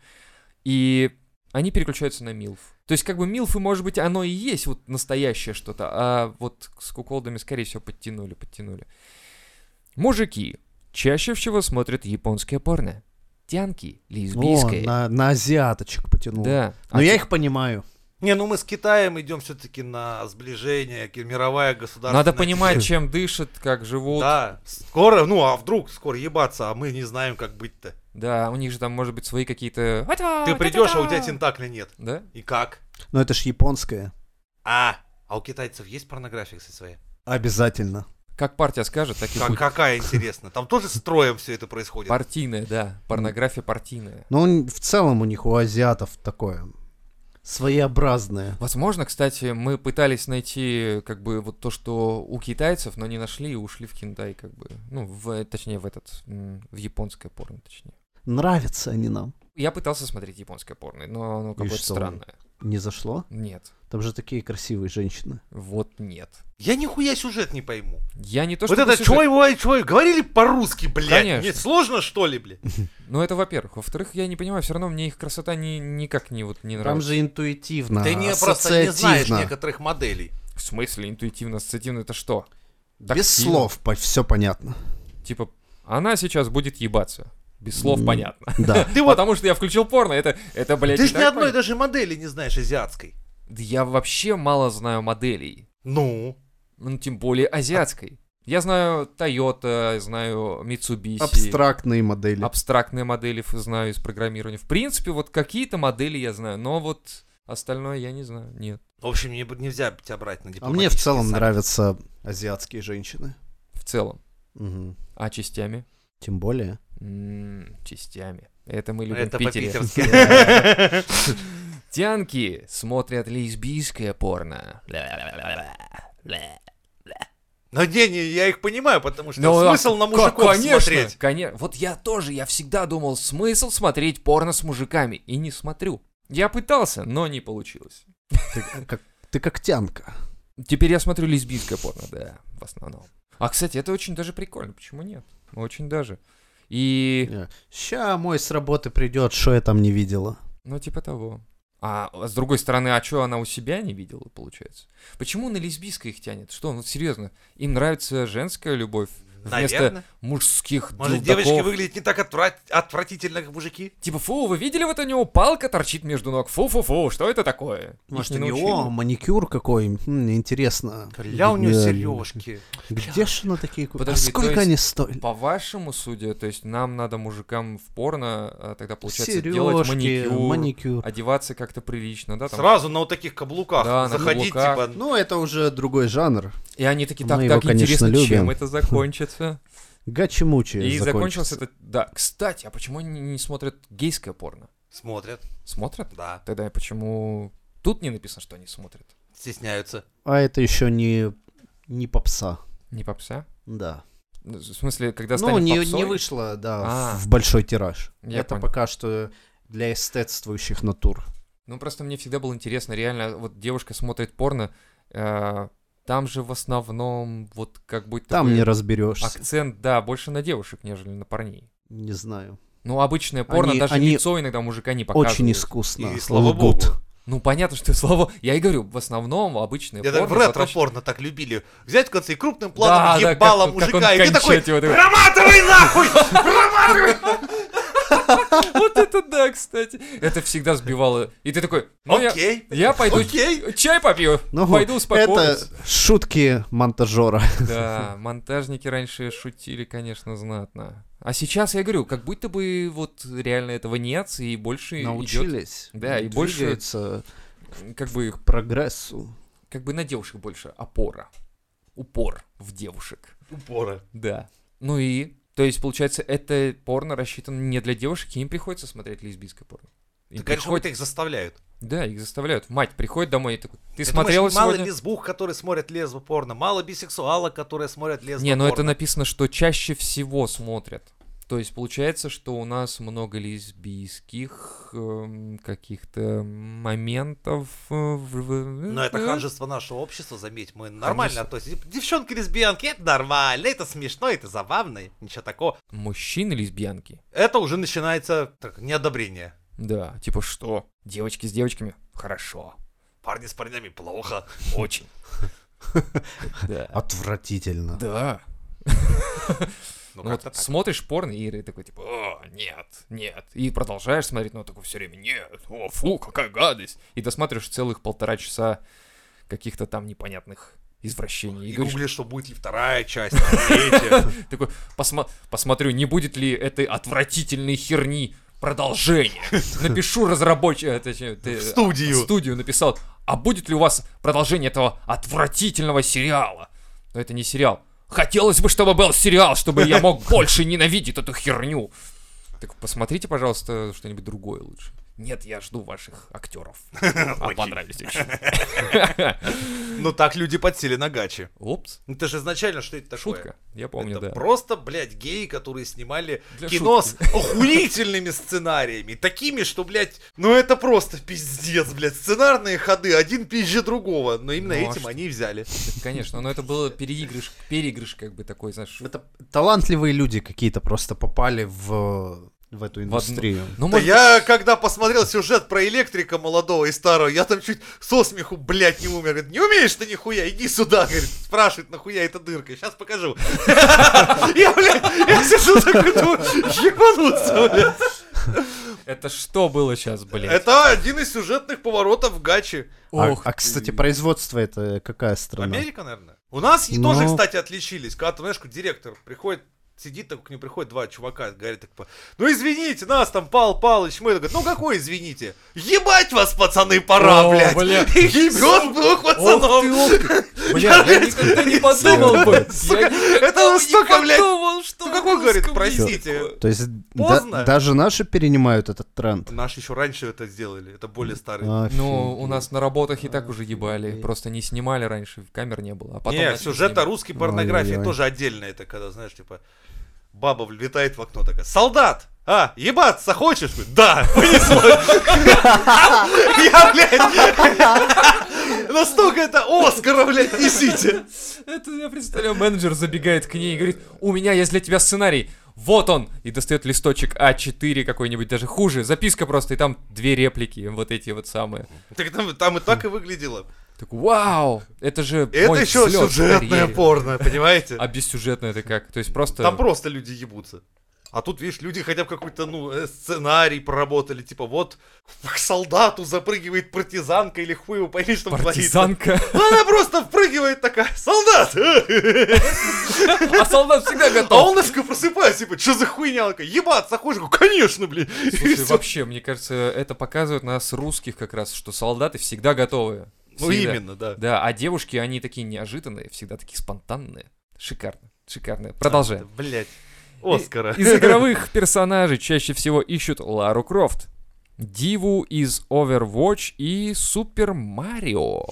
Speaker 2: И они переключаются на милф. То есть как бы милфы, может быть, оно и есть вот настоящее что-то, а вот с куколдами, скорее всего, подтянули, подтянули. Мужики чаще всего смотрят японское порно. Тянки,
Speaker 3: О,
Speaker 2: лесбийское.
Speaker 3: на, на азиаточек потянул.
Speaker 2: Да.
Speaker 3: Но
Speaker 2: А
Speaker 3: я
Speaker 2: те-
Speaker 3: их понимаю.
Speaker 1: Не, ну мы с Китаем идем все-таки на сближение, ки- мировая государственная...
Speaker 2: Надо понимать, чем дышат, как живут.
Speaker 1: Да, скоро, ну а вдруг скоро ебаться, а мы не знаем, как быть-то.
Speaker 2: Да, у них же там, может быть, свои какие-то... «Ата,
Speaker 1: Ты
Speaker 2: та-та-та».
Speaker 1: придешь, а у тебя тентакли нет.
Speaker 2: Да?
Speaker 1: И как?
Speaker 3: Но это ж японское.
Speaker 1: А, а у китайцев есть порнография, кстати, своя?
Speaker 3: Обязательно.
Speaker 2: Как партия скажет, так и
Speaker 1: Как-
Speaker 2: будет.
Speaker 1: какая интересно. Там тоже с троем все это происходит.
Speaker 2: Партийная, да. Порнография партийная.
Speaker 3: Но он- в целом у них, у азиатов такое своеобразное.
Speaker 2: Возможно, кстати, мы пытались найти как бы вот то, что у китайцев, но не нашли и ушли в Китай, как бы. Ну, в, точнее, в этот, м, в японское порно, точнее.
Speaker 3: Нравятся они нам.
Speaker 2: Я пытался смотреть японское порно, но оно
Speaker 3: И
Speaker 2: какое-то
Speaker 3: что?
Speaker 2: странное.
Speaker 3: Не зашло?
Speaker 2: Нет.
Speaker 3: Там же такие красивые женщины.
Speaker 2: Вот нет.
Speaker 1: Я нихуя сюжет не пойму.
Speaker 2: Я не то,
Speaker 1: вот
Speaker 2: что...
Speaker 1: это чой, ой, чой, говорили по-русски, блядь.
Speaker 2: Конечно.
Speaker 1: Мне сложно, что ли, блядь?
Speaker 2: Ну, это во-первых. Во-вторых, я не понимаю, все равно мне их красота ни, никак не, вот, не
Speaker 3: Там
Speaker 2: нравится.
Speaker 3: же интуитивно,
Speaker 1: Ты не просто не знаешь
Speaker 3: ассоциативно.
Speaker 1: некоторых моделей.
Speaker 2: В смысле интуитивно, ассоциативно, это что?
Speaker 3: Без
Speaker 2: Тактильно.
Speaker 3: слов все понятно.
Speaker 2: Типа, она сейчас будет ебаться. Без слов
Speaker 3: М.
Speaker 2: понятно.
Speaker 3: Да.
Speaker 1: Ты вот,
Speaker 2: Потому что я включил порно, это, это блядь,
Speaker 1: ты
Speaker 2: не
Speaker 1: же ни
Speaker 2: так
Speaker 1: одной
Speaker 2: понятно.
Speaker 1: даже модели не знаешь азиатской.
Speaker 2: Да я вообще мало знаю моделей.
Speaker 1: Ну,
Speaker 2: Ну, тем более азиатской. Я знаю Toyota, знаю Mitsubishi.
Speaker 3: Абстрактные модели.
Speaker 2: Абстрактные модели ф- знаю из программирования. В принципе, вот какие-то модели я знаю, но вот остальное я не знаю. Нет.
Speaker 1: в общем, не- нельзя тебя брать на
Speaker 3: А мне в целом
Speaker 1: дипломатический саммит.
Speaker 3: нравятся азиатские женщины.
Speaker 2: В целом.
Speaker 3: Мгм.
Speaker 2: А частями?
Speaker 3: Тем более.
Speaker 2: М, частями. Это мы любим
Speaker 1: Это
Speaker 2: в Питере.
Speaker 1: по-питерски.
Speaker 2: Тянки смотрят лесбийское порно.
Speaker 1: Но не, не, я их понимаю, потому что
Speaker 2: Ну, а
Speaker 1: смысл на
Speaker 2: к-
Speaker 1: мужиков
Speaker 2: конечно,
Speaker 1: смотреть.
Speaker 2: Конечно. Вот я тоже, я всегда думал, смысл смотреть порно с мужиками. И не смотрю. Я пытался, но не получилось.
Speaker 3: Ты э, как, ты как тянка.
Speaker 2: Теперь я смотрю лесбийское порно, да, в основном. А, кстати, это очень даже прикольно. Почему нет? Очень даже. И...
Speaker 3: Ща мой с работы придет, что я там не видела.
Speaker 2: Ну, типа того. А с другой стороны, а что она у себя не видела, получается? Почему на лесбийское их тянет? Что, ну серьезно, им нравится женская любовь вместо
Speaker 1: Наверное.
Speaker 2: мужских
Speaker 1: Может,
Speaker 2: дилдаков.
Speaker 1: девочки выглядят не так отвра- отвратительно, как мужики?
Speaker 2: Типа, фу, вы видели, вот у него палка торчит между ног. Фу-фу-фу, что это такое? Их
Speaker 3: Может,
Speaker 2: не
Speaker 3: у него
Speaker 2: научили?
Speaker 3: маникюр какой? М, интересно.
Speaker 1: Ля, у нее
Speaker 3: Э,
Speaker 1: сережки.
Speaker 3: Где ж она такие купила? А
Speaker 2: Подожди, то
Speaker 3: сколько
Speaker 2: есть-
Speaker 3: они стоили?
Speaker 2: По-вашему, судя, то есть нам надо мужикам в порно а, тогда, получается, делать
Speaker 3: Сережки,
Speaker 2: маникюр,
Speaker 3: маникюр.
Speaker 2: одеваться как-то прилично, да? там?
Speaker 1: Сразу на вот таких каблуках
Speaker 2: Да, на
Speaker 1: заходить,
Speaker 2: каблуках.
Speaker 1: типа,
Speaker 3: Ну, это уже другой жанр.
Speaker 2: И они такие,
Speaker 3: Мы
Speaker 2: так,
Speaker 3: его,
Speaker 2: так,
Speaker 3: конечно,
Speaker 2: интересно, чем
Speaker 3: любим.
Speaker 2: это закончится?
Speaker 3: Гачи-мучи
Speaker 2: И закончилось
Speaker 3: закончился.
Speaker 2: это... Да, кстати, а почему они не смотрят гейское порно?
Speaker 1: смотрят,
Speaker 2: Смотрят?
Speaker 1: да,
Speaker 2: Тогда почему тут не написано, что они смотрят?
Speaker 1: стесняются.
Speaker 3: А это еще не, не попса.
Speaker 2: Не попса?
Speaker 3: Да.
Speaker 2: Ну, В смысле, когда
Speaker 3: ну,
Speaker 2: станет
Speaker 3: не,
Speaker 2: попсой?
Speaker 3: не вышло, да,
Speaker 2: А.
Speaker 3: в большой тираж.
Speaker 2: Я
Speaker 3: это
Speaker 2: понял.
Speaker 3: пока что для эстетствующих натур.
Speaker 2: Ну, просто мне всегда было интересно, реально, вот девушка смотрит порно, э, там же в основном вот как будто
Speaker 3: Там
Speaker 2: бы
Speaker 3: не разберешься.
Speaker 2: акцент, да, больше на девушек, нежели на парней.
Speaker 3: Не знаю.
Speaker 2: Ну, обычное порно,
Speaker 3: Они-
Speaker 2: даже
Speaker 3: они
Speaker 2: лицо иногда мужика не показывают.
Speaker 3: Очень искусно.
Speaker 1: И слава
Speaker 3: лгут.
Speaker 1: богу.
Speaker 2: Ну, понятно, что слово... Я и говорю, в основном обычное
Speaker 1: Я так
Speaker 2: порно...
Speaker 1: в
Speaker 2: заточено-
Speaker 1: ретро-порно так любили. Взять в конце и крупным
Speaker 2: Да,
Speaker 1: планом
Speaker 2: да,
Speaker 1: ебало
Speaker 2: как- как
Speaker 1: мужика,
Speaker 2: он
Speaker 1: и ты такой,
Speaker 2: кончает его, такой,
Speaker 1: проматывай нахуй! Проматывай!
Speaker 2: Вот это да, кстати. Это всегда сбивало. И ты такой, ну я...
Speaker 1: Окей,
Speaker 2: Я пойду
Speaker 1: окей.
Speaker 2: чай попью,
Speaker 3: Ну,
Speaker 2: пойду
Speaker 3: Это
Speaker 2: успокоюсь.
Speaker 3: шутки монтажера.
Speaker 2: Да, монтажники раньше шутили, конечно, знатно. А сейчас я говорю, как будто бы вот реально этого нет, и больше идет,
Speaker 3: Научились.
Speaker 2: Да, и больше-
Speaker 3: двигаются
Speaker 2: как бы,
Speaker 3: к прогрессу.
Speaker 2: как бы на девушек больше опора. Упор в девушек.
Speaker 1: Упора.
Speaker 2: Да. Ну и, то есть, получается, это порно рассчитано не для девушек, и им приходится смотреть лесбийское порно. Им
Speaker 1: Да, конечно,
Speaker 2: приходит-
Speaker 1: вот их заставляют.
Speaker 2: Да, их заставляют. Мать приходит домой и такой,
Speaker 1: Ты
Speaker 2: ты смотрела
Speaker 1: думаешь, мало
Speaker 2: сегодня?
Speaker 1: лесбух, которые смотрят лесбо порно, мало бисексуалок, которые смотрят лесбо
Speaker 2: Не, ну это написано, что чаще всего смотрят. То есть получается, что у нас много лесбийских эм, каких-то моментов. э, в- в-
Speaker 1: Но это
Speaker 2: э.
Speaker 1: ханжество нашего общества, заметь, мы нормально относимся. Типа, Девчонки-лесбиянки, это нормально, это смешно, это забавно, ничего такого.
Speaker 2: Мужчины лесбиянки.
Speaker 1: Это уже начинается так, неодобрение.
Speaker 2: Да, типа что? Девочки с девочками? Хорошо.
Speaker 1: Парни с парнями плохо.
Speaker 2: Очень.
Speaker 3: А,
Speaker 2: Да.
Speaker 3: Отвратительно.
Speaker 2: Да.
Speaker 1: Ну,
Speaker 2: Ну вот
Speaker 1: как-то так.
Speaker 2: смотришь порно, и Ира такой, типа, о, нет, нет. И продолжаешь смотреть, но такой все время, нет, о, фу, какая гадость. И досматриваешь целых полтора часа каких-то там непонятных извращений. И,
Speaker 1: И
Speaker 2: говоришь,
Speaker 1: гуглишь, что будет ли вторая часть, третья.
Speaker 2: такой, «Посма- посмотрю, не будет ли этой отвратительной херни продолжение. Напишу э, разработчику,
Speaker 1: В студию.
Speaker 2: студию написал, а будет ли у вас продолжение этого отвратительного сериала? Но это не сериал. Хотелось бы, чтобы был сериал, чтобы я мог больше ненавидеть эту херню. Так посмотрите, пожалуйста, что-нибудь другое лучше. Нет, я жду ваших актеров. А
Speaker 1: Очень.
Speaker 2: понравились очень.
Speaker 1: Ну так люди подсели на гачи.
Speaker 2: Опс,
Speaker 1: Ну это же изначально, что это такое?
Speaker 2: шутка. Я помню,
Speaker 1: это
Speaker 2: да.
Speaker 1: просто, блядь, геи, которые снимали
Speaker 2: Для
Speaker 1: кино с охуительными сценариями. Такими, что, блядь, ну это просто пиздец, блядь. Сценарные ходы, один пизже другого. Но именно
Speaker 2: Ну, а
Speaker 1: этим
Speaker 2: что?
Speaker 1: они и взяли.
Speaker 2: Да, Конечно, но это было переигрыш, переигрыш как бы такой, знаешь.
Speaker 3: Это талантливые люди какие-то просто попали в, в эту индустрию.
Speaker 2: Ну,
Speaker 1: Да
Speaker 2: может,
Speaker 1: я, когда посмотрел сюжет про электрика молодого и старого, я там чуть со смеху, блядь, не умер. Говорит, не умеешь ты нихуя, иди сюда, говорит, спрашивает, нахуя эта дырка, сейчас покажу. Я, блядь, я сижу такой, думаю, ебануться, блядь.
Speaker 2: это что было сейчас, блин?
Speaker 1: Это один из сюжетных поворотов Гачи.
Speaker 3: А,
Speaker 2: Ох
Speaker 3: а, кстати,
Speaker 2: ты.
Speaker 3: производство это какая страна?
Speaker 1: Америка, наверное. У нас и
Speaker 3: Ну.
Speaker 1: тоже, кстати, отличились. Когда, ты знаешь, директор приходит, сидит, так к нему приходят два чувака, говорит, так, типа, ну извините, нас там Пал Палыч, мы, говорит, ну какой извините? Ебать вас, пацаны, пора,
Speaker 2: О,
Speaker 1: блядь.
Speaker 2: бля.
Speaker 1: И ебет двух
Speaker 2: Ох
Speaker 1: пацанов.
Speaker 2: ты, ох ты. Бля, я никогда не подумал бы.
Speaker 1: Сука,
Speaker 2: Я никогда
Speaker 1: это он
Speaker 2: бы не
Speaker 1: столько, блядь,
Speaker 2: подумал, что
Speaker 1: ну
Speaker 2: в
Speaker 1: какой, говорит,
Speaker 2: русском есть
Speaker 1: простите.
Speaker 2: такое.
Speaker 3: То есть да-
Speaker 1: Поздно.
Speaker 3: даже наши перенимают этот тренд. А,
Speaker 1: Наши еще раньше это сделали, это более старые.
Speaker 2: Ну, у
Speaker 3: Офигеть.
Speaker 2: нас на работах и так уже ебали.
Speaker 3: Офигеть.
Speaker 2: Просто не снимали раньше, камер не было. А потом
Speaker 1: Не,
Speaker 2: начали
Speaker 1: сюжет о
Speaker 2: снимать.
Speaker 1: русской порнографии
Speaker 3: Ой-ой-ой.
Speaker 1: тоже отдельно. Это когда, знаешь, типа, баба влетает в окно такая, солдат! А, ебаться хочешь? Да, понесло. Я, блядь, настолько это Оскара, блядь, несите.
Speaker 2: Это я представляю, менеджер забегает к ней и говорит, у меня есть для тебя сценарий. Вот он! И достает листочек А4 какой-нибудь, даже хуже. Записка просто, и там две реплики, вот эти вот самые.
Speaker 1: Так там, там и так и выглядело.
Speaker 2: Так, вау! Это же
Speaker 1: Это
Speaker 2: мой
Speaker 1: еще
Speaker 2: взлет в
Speaker 1: сюжетное
Speaker 2: карьере.
Speaker 1: порно, понимаете?
Speaker 2: А бессюжетное это как? То есть просто...
Speaker 1: Там просто люди ебутся. А тут, видишь, люди хотя бы какой-то, ну, э, сценарий проработали, типа, вот к солдату запрыгивает партизанка или хуй его пойми, что творится.
Speaker 2: партизанка.
Speaker 1: Ну, Она просто впрыгивает такая, солдат!
Speaker 2: А солдат всегда
Speaker 1: А
Speaker 2: готов.
Speaker 1: он такой просыпается, типа, что за хуйня? Она такая, Ебаться хочешь? Я говорю, Конечно, блин! И
Speaker 2: Слушай,
Speaker 1: всё.
Speaker 2: вообще, мне кажется, это показывает нас, русских, как раз, что солдаты всегда готовы.
Speaker 1: Ну
Speaker 2: Всегда.
Speaker 1: именно, да.
Speaker 2: Да, а девушки, они такие неожиданные, всегда такие спонтанные. Шикарно, шикарно. Продолжаем.
Speaker 1: Блять. Оскара.
Speaker 2: Из игровых персонажей чаще всего ищут Лару Крофт, Диву из Overwatch и Супер Марио.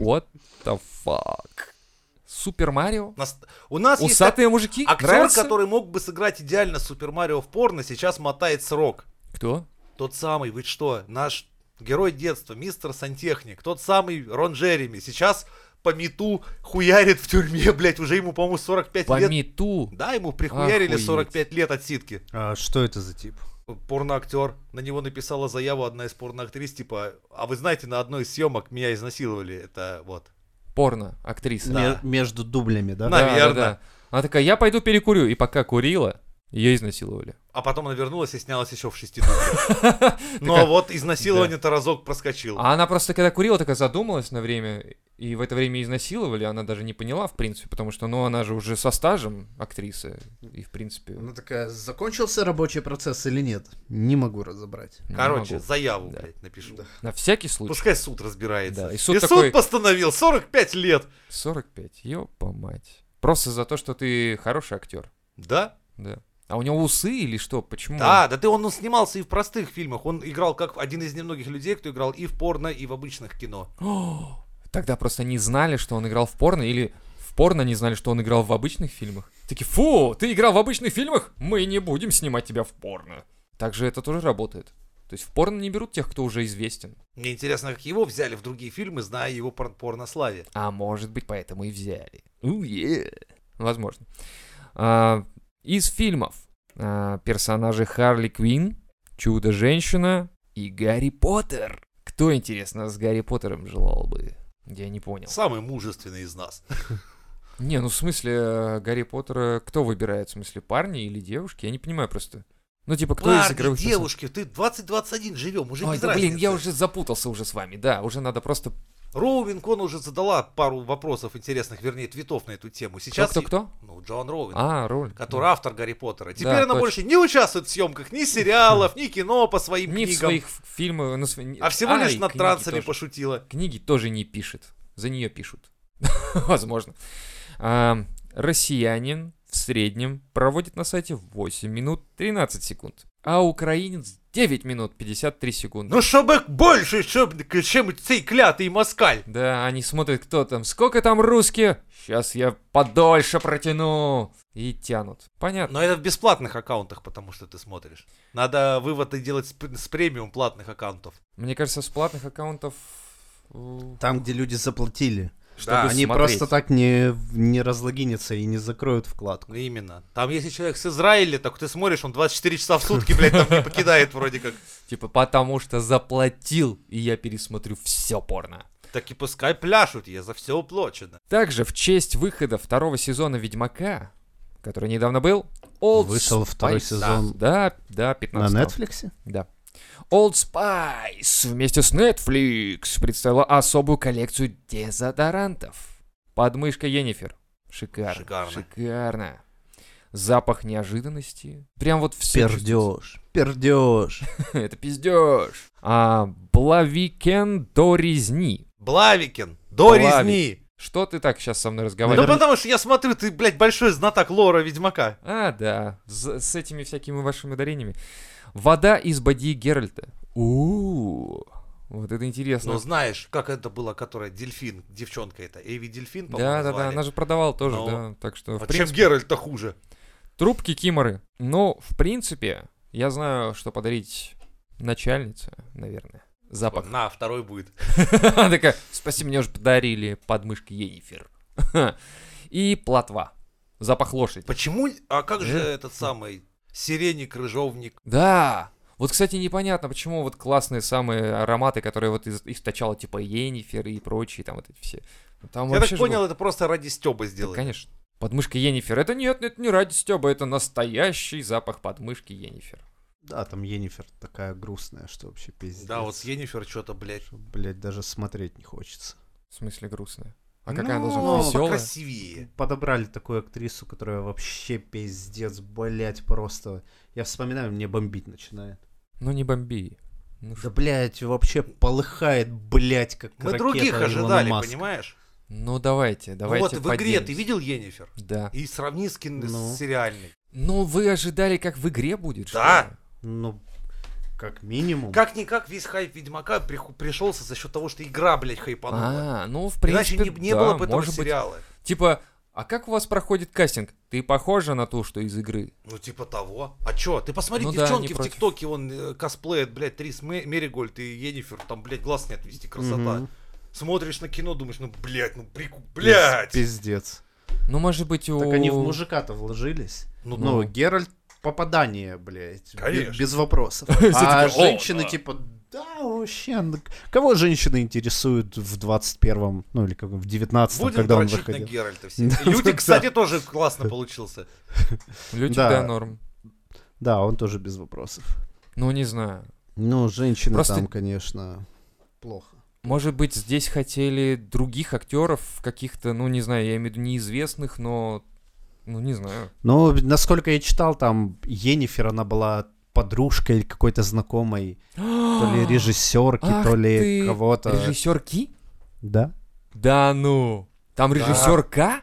Speaker 2: What the fuck? Супер Марио?
Speaker 1: У нас- У нас есть так-
Speaker 2: Усатые мужики?
Speaker 1: актер,
Speaker 2: Нравится?
Speaker 1: который мог бы сыграть идеально Супер Марио в порно, сейчас мотает срок.
Speaker 2: Кто?
Speaker 1: Тот самый, вы что, наш герой детства, мистер Сантехник, тот самый Рон Джереми, сейчас по мету хуярит в тюрьме, блять, уже ему, по-моему, 45
Speaker 2: По
Speaker 1: лет.
Speaker 2: мету.
Speaker 1: Да, ему прихуярили
Speaker 2: Охуеть.
Speaker 1: 45 лет от ситки.
Speaker 3: А что это за тип?
Speaker 1: порноактер. На него написала заяву одна из порноактрис, типа, а вы знаете, на одной из съемок меня изнасиловали. Это вот.
Speaker 2: Порно, актриса.
Speaker 1: Да.
Speaker 3: Ме- между дублями, да?
Speaker 1: На- Наверно.
Speaker 2: Она такая, я пойду перекурю. И пока курила, ее изнасиловали.
Speaker 1: А потом она вернулась и снялась еще в шести дублях. Но вот изнасилование-то разок проскочил.
Speaker 2: А она просто, когда курила, такая задумалась на время И в это время изнасиловали, она даже не поняла, в принципе, потому что, ну, она же уже со стажем актриса, и, в принципе...
Speaker 1: Ну,
Speaker 3: Она такая, закончился рабочий процесс или нет? Не могу разобрать.
Speaker 2: не
Speaker 1: Короче,
Speaker 2: могу.
Speaker 1: заяву,
Speaker 2: Да.
Speaker 1: блядь, напишу.
Speaker 2: На всякий случай.
Speaker 1: Пускай суд разбирается.
Speaker 2: Да,
Speaker 1: и
Speaker 2: и
Speaker 1: суд,
Speaker 2: суд такой-
Speaker 1: постановил 45 лет.
Speaker 2: 45, ёпа мать. Просто за то, что ты хороший актер,
Speaker 1: Да? А,
Speaker 2: да. А у него усы или что? Почему?
Speaker 1: Да, да ты он, он снимался и в простых фильмах. Он играл как один из немногих людей, кто играл и в порно, и в обычных кино.
Speaker 2: О, Тогда просто не знали, что он играл в порно, или в порно не знали, что он играл в обычных фильмах. Такие, фу, ты играл в обычных фильмах, мы не будем снимать тебя в порно. Так же это тоже работает. То есть в порно не берут тех, кто уже известен.
Speaker 1: Мне интересно, как его взяли в другие фильмы, зная его пор- порнославе.
Speaker 2: А может быть, поэтому и взяли. Уе. Возможно. А, из фильмов а, персонажи Харли Квинн, Чудо-женщина и Гарри Поттер. Кто, интересно, с Гарри Поттером желал бы? Я не понял.
Speaker 1: Самый мужественный из нас.
Speaker 2: Не, ну в смысле, э, Гарри Поттера кто выбирает? В смысле, парни или девушки? Я не понимаю просто. Ну, типа, кто из
Speaker 1: Парни,
Speaker 2: игровых персон-
Speaker 1: девушки, ты 2021 живем, уже
Speaker 2: Ой,
Speaker 1: без
Speaker 2: да, блин,
Speaker 1: разницы.
Speaker 2: я уже запутался уже с вами, да, уже надо просто...
Speaker 1: Роулинг, он уже задала пару вопросов интересных, вернее, твитов на эту тему. Сейчас...
Speaker 2: Кто-кто-кто?
Speaker 1: Ну, Джон Роулинг.
Speaker 2: А, роль.
Speaker 1: Который автор Гарри Поттера. Теперь она
Speaker 2: точно.
Speaker 1: больше не участвует в съемках ни сериалов, ни кино по своим
Speaker 2: Ну, Не в
Speaker 1: книгам,
Speaker 2: своих фильмах... на св-
Speaker 1: а всего лишь
Speaker 2: и
Speaker 1: над
Speaker 2: книги
Speaker 1: трансами
Speaker 2: тоже.
Speaker 1: пошутила.
Speaker 2: Книги тоже не пишет, за нее пишут. Возможно. А, Россиянин в среднем проводит на сайте 8 минут 13 секунд, а украинец 9 минут 53 секунды.
Speaker 1: Ну, чтобы больше, чтоб- чем цей клятый москаль.
Speaker 2: Да, они смотрят, кто там, сколько там русских, сейчас я подольше протяну, и тянут. Понятно.
Speaker 1: Но это в бесплатных аккаунтах, потому что ты смотришь. Надо выводы делать с, пр- с премиум платных аккаунтов.
Speaker 2: Мне кажется, с платных аккаунтов... э,
Speaker 3: Там, где люди заплатили.
Speaker 1: Чтобы
Speaker 2: Да,
Speaker 3: Они
Speaker 2: смотреть.
Speaker 3: просто так не, не разлогинятся и не закроют вкладку.
Speaker 1: Ну именно. Там если человек с Израиля, так ты смотришь, он 24 часа в сутки, блядь, там не покидает вроде как.
Speaker 2: Типа, потому что заплатил, и я пересмотрю все порно.
Speaker 1: Так и пускай пляшут, я за все уплочено.
Speaker 2: Также в честь выхода второго сезона «Ведьмака», который недавно был, Old
Speaker 3: Вышел второй
Speaker 2: Spice-
Speaker 3: сезон.
Speaker 2: Да, да, 15
Speaker 3: На Netflix?
Speaker 2: Да. Old Spice вместе с Netflix представила особую коллекцию дезодорантов. Подмышка Енифер. Шикарно.
Speaker 1: Шикарно.
Speaker 2: Шикарно. Запах неожиданности. Прям вот все. чувствуется.
Speaker 3: Пердеж. Пердеж.
Speaker 2: Это пиздеж. А, Блавикен до резни.
Speaker 1: Блавикин, до
Speaker 2: Блавик.
Speaker 1: резни.
Speaker 2: Что ты так сейчас со мной
Speaker 1: Да
Speaker 2: разговариваешь?
Speaker 1: потому что я смотрю, ты, блядь, большой знаток лора Ведьмака.
Speaker 2: А, да. З- с этими всякими вашими ударениями. Вода из боди Геральта. у Вот это интересно.
Speaker 1: Ну знаешь, как это было, которая дельфин, девчонка эта, Эви Дельфин, по-моему,
Speaker 2: Да, да, да,
Speaker 1: звали.
Speaker 2: она же продавала тоже,
Speaker 1: Но-
Speaker 2: да. Так что, в
Speaker 1: А
Speaker 2: принципе,
Speaker 1: чем Геральт-то хуже?
Speaker 2: трубки киморы. Ну, в принципе, я знаю, что подарить начальнице, наверное. Запах.
Speaker 1: На, второй будет.
Speaker 2: Она такая, спасибо, мне уже подарили подмышки Енифер. И платва. Запах лошади.
Speaker 1: Почему? А как же
Speaker 2: Э?
Speaker 1: этот самый сиреник, рыжовник?
Speaker 2: Да! Вот, кстати, непонятно, почему вот классные самые ароматы, которые вот из- источала, типа Енифер и прочие, там вот эти все. Ну, Там
Speaker 1: Я
Speaker 2: вообще
Speaker 1: так
Speaker 2: же
Speaker 1: понял, это просто ради Стёба
Speaker 2: Да,
Speaker 1: сделали.
Speaker 2: конечно. Подмышка Енифер. Это нет, это не ради Стеба, это настоящий запах подмышки Енифер.
Speaker 3: Да, там Енифер такая грустная, что вообще пиздец.
Speaker 1: Да, вот с Енифер что-то, блядь.
Speaker 3: Что, блядь, даже смотреть не хочется.
Speaker 2: В смысле грустная. А какая должна
Speaker 1: Ну,
Speaker 2: быть веселая?
Speaker 1: покрасивее.
Speaker 3: Подобрали такую актрису, которая вообще пиздец, блядь, просто. Я вспоминаю, мне бомбить начинает.
Speaker 2: Ну не бомби. Ну,
Speaker 3: Да,
Speaker 2: ш-
Speaker 3: блядь, вообще полыхает, блядь, как
Speaker 1: Мы
Speaker 3: ракета
Speaker 1: других
Speaker 3: Илона
Speaker 1: ожидали,
Speaker 3: Маска.
Speaker 1: понимаешь?
Speaker 2: ну, давайте,
Speaker 1: Ну
Speaker 2: давайте
Speaker 1: вот в игре ты
Speaker 2: поделимся.
Speaker 1: видел Енифер?
Speaker 2: Да.
Speaker 1: И сравни с, кин...
Speaker 3: Ну.
Speaker 1: с сериальной.
Speaker 2: Ну вы ожидали, как в игре будет? что
Speaker 1: Да.
Speaker 2: ли?
Speaker 3: Ну, как
Speaker 2: Ну.
Speaker 3: минимум.
Speaker 1: Как-никак весь хайп Ведьмака приху- пришелся за счет того, что игра, блядь, хайпанула.
Speaker 2: А, ну в принципе,
Speaker 1: Иначе не, не
Speaker 2: да,
Speaker 1: было бы этого
Speaker 2: может быть.
Speaker 1: сериала.
Speaker 2: Типа, а как у вас проходит кастинг? Ты похожа на ту, что из игры?
Speaker 1: Ну, типа того. А чё? Ты посмотри,
Speaker 2: Ну да,
Speaker 1: девчонки
Speaker 2: не
Speaker 1: в
Speaker 2: против.
Speaker 1: ТикТоке, он э, косплеет, блядь, Трис Ме- Меригольд и Енифер, там, блядь, глаз не отвести, красота.
Speaker 3: Мгм.
Speaker 1: Смотришь на кино, думаешь, ну, блядь, ну, прику... блядь.
Speaker 3: Пиздец.
Speaker 2: Ну может быть у...
Speaker 3: Так они в мужика-то вложились.
Speaker 1: Ну,
Speaker 3: Ну, Геральт попадание, блядь. бе-
Speaker 1: Конечно.
Speaker 3: Без вопросов.
Speaker 2: такая,
Speaker 3: А
Speaker 2: «О,
Speaker 3: женщины
Speaker 2: да».
Speaker 3: типа, да, вообще. ну, Кого женщины интересуют в 21-м, ну или как в 19-м,
Speaker 1: Будем
Speaker 3: когда он
Speaker 1: дрочить на
Speaker 3: выходил?
Speaker 1: Геральта все.
Speaker 3: Да,
Speaker 1: Люди,
Speaker 3: да.
Speaker 1: кстати, тоже классно получился.
Speaker 2: Лютик,
Speaker 3: Да.
Speaker 2: да, норм.
Speaker 3: Да, он тоже без вопросов.
Speaker 2: Ну не знаю.
Speaker 3: Ну, женщины
Speaker 2: Просто-
Speaker 3: там, конечно, плохо.
Speaker 2: Может быть, здесь хотели других актеров, каких-то, ну, не знаю, я имею в виду неизвестных, но, ну, не знаю.
Speaker 3: Ну, насколько я читал, там Енифер, она была подружкой какой-то знакомой, то ли режиссерки,
Speaker 2: А. Ах
Speaker 3: то ли
Speaker 2: ты,
Speaker 3: кого-то.
Speaker 2: Режиссер Ки?
Speaker 3: Да?
Speaker 2: Да ну. Там
Speaker 1: Да.
Speaker 2: режиссер К?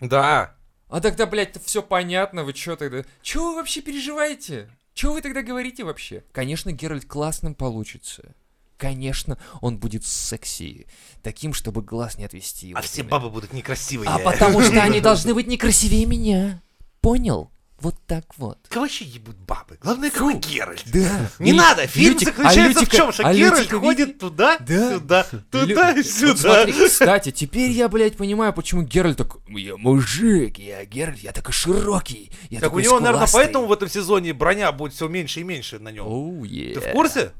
Speaker 1: Да.
Speaker 2: А тогда, блядь, все понятно, вы чё тогда? Чего вы вообще переживаете? Чего вы тогда говорите вообще? Конечно, Геральт классным получится. Конечно, он будет секси. Таким, чтобы глаз не отвести.
Speaker 1: А
Speaker 2: Вот
Speaker 1: все
Speaker 2: именно.
Speaker 1: бабы будут некрасивые.
Speaker 2: А потому что они должны быть некрасивее меня. Понял? Вот так вот.
Speaker 1: Кого вообще ебут бабы? Главное,
Speaker 2: Фу.
Speaker 1: какой Геральт.
Speaker 2: Да.
Speaker 1: Не надо, фильм
Speaker 2: Лютик- а
Speaker 1: заключается в
Speaker 2: Лютика-
Speaker 1: чем? Что
Speaker 2: а
Speaker 1: Геральт
Speaker 2: Лютика видели?
Speaker 1: ходит туда,
Speaker 2: Да.
Speaker 1: сюда, туда и сюда.
Speaker 2: Вот смотри, кстати, теперь я, блядь, понимаю, почему Геральт так... Я мужик, я Геральт, я такой широкий, я
Speaker 1: Так у
Speaker 2: такой
Speaker 1: него, наверное,
Speaker 2: скуластый».
Speaker 1: поэтому в этом сезоне броня будет все меньше и меньше на нем.
Speaker 2: Оу, е.
Speaker 1: Ты в курсе?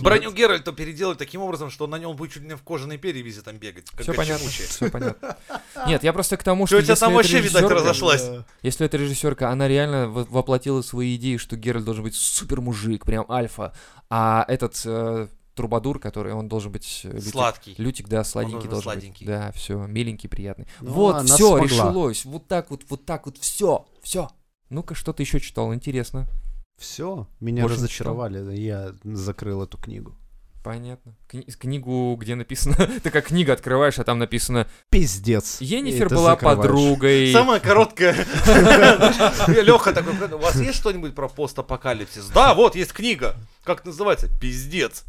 Speaker 1: Броню Геральта переделать таким образом, что на нем будет чуть ли не в кожаной перевязи там бегать. Как
Speaker 2: Все понятно,
Speaker 1: кочевучие.
Speaker 2: все понятно. Нет, я просто к тому, что...
Speaker 1: Чё у тебя
Speaker 2: если
Speaker 1: там
Speaker 2: это
Speaker 1: вообще, видать,
Speaker 2: режиссёрка-
Speaker 1: разошло? Сошлась.
Speaker 3: Да.
Speaker 2: Если эта режиссерка, она реально во- воплотила свои идеи, что Геральт должен быть супер мужик, прям альфа, а этот э, трубадур, который он должен быть э, лютик-
Speaker 1: Сладкий.
Speaker 2: Лютик, да, сладенький
Speaker 1: должен
Speaker 2: должен
Speaker 1: сладенький.
Speaker 2: быть. Да, все, миленький, приятный.
Speaker 3: Ну,
Speaker 2: вот,
Speaker 3: она
Speaker 2: все,
Speaker 3: смогла.
Speaker 2: решилось. Вот так вот, вот так вот, все, все. Ну-ка, что ты еще читал, интересно.
Speaker 3: Все, меня
Speaker 2: Больше
Speaker 3: разочаровали, я закрыл эту книгу.
Speaker 2: Понятно. Кни- книгу, где написано... Ты как книга открываешь, а там написано...
Speaker 3: Пиздец.
Speaker 2: Енифер
Speaker 3: И ты
Speaker 2: была
Speaker 3: закрываешь.
Speaker 2: подругой.
Speaker 1: Самая короткая. Леха такой, «Блин, у вас есть что-нибудь про постапокалипсис? Да, вот есть книга. Как называется? Пиздец.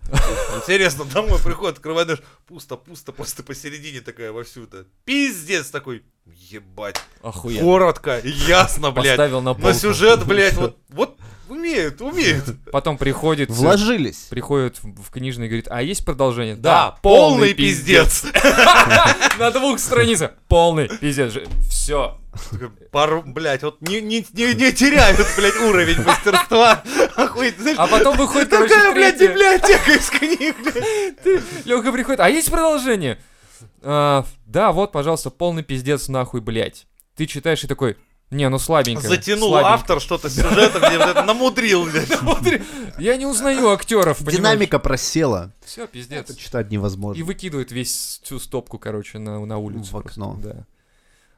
Speaker 1: Интересно, домой приходит, открывает наш пусто, пусто, просто посередине такая вовсю-то. Пиздец такой. Ебать.
Speaker 2: Охуенно.
Speaker 1: Коротко, ясно, блядь.
Speaker 2: Поставил на
Speaker 1: На
Speaker 2: полку.
Speaker 1: сюжет, блядь, вот, вот умеют, умеют.
Speaker 2: Потом приходит... э,
Speaker 3: Вложились.
Speaker 2: приходит в в книжный и говорит, а есть продолжение?
Speaker 1: Да, полный пиздец.
Speaker 2: На двух страницах. Полный пиздец. Все.
Speaker 1: Такой, Пару, блядь, вот не, не, не, не теряют, блядь, уровень мастерства. Охуеть, знаешь,
Speaker 2: А потом выходит, короче,
Speaker 1: такая, блядь,
Speaker 2: третья.
Speaker 1: библиотека из книг, блядь.
Speaker 2: Лёха приходит, а есть продолжение? А, да, вот, пожалуйста, полный пиздец нахуй, блядь. Ты читаешь и такой, не, ну слабенько.
Speaker 1: Затянул
Speaker 2: слабенько».
Speaker 1: автор что-то с сюжетом, где вот это намудрил, блядь.
Speaker 2: Смотри, я не узнаю актеров,
Speaker 3: Динамика просела.
Speaker 2: Все, пиздец.
Speaker 3: Это читать невозможно.
Speaker 2: И выкидывает весь всю стопку, короче, на, на улицу.
Speaker 3: В
Speaker 2: просто.
Speaker 3: окно.
Speaker 2: Да.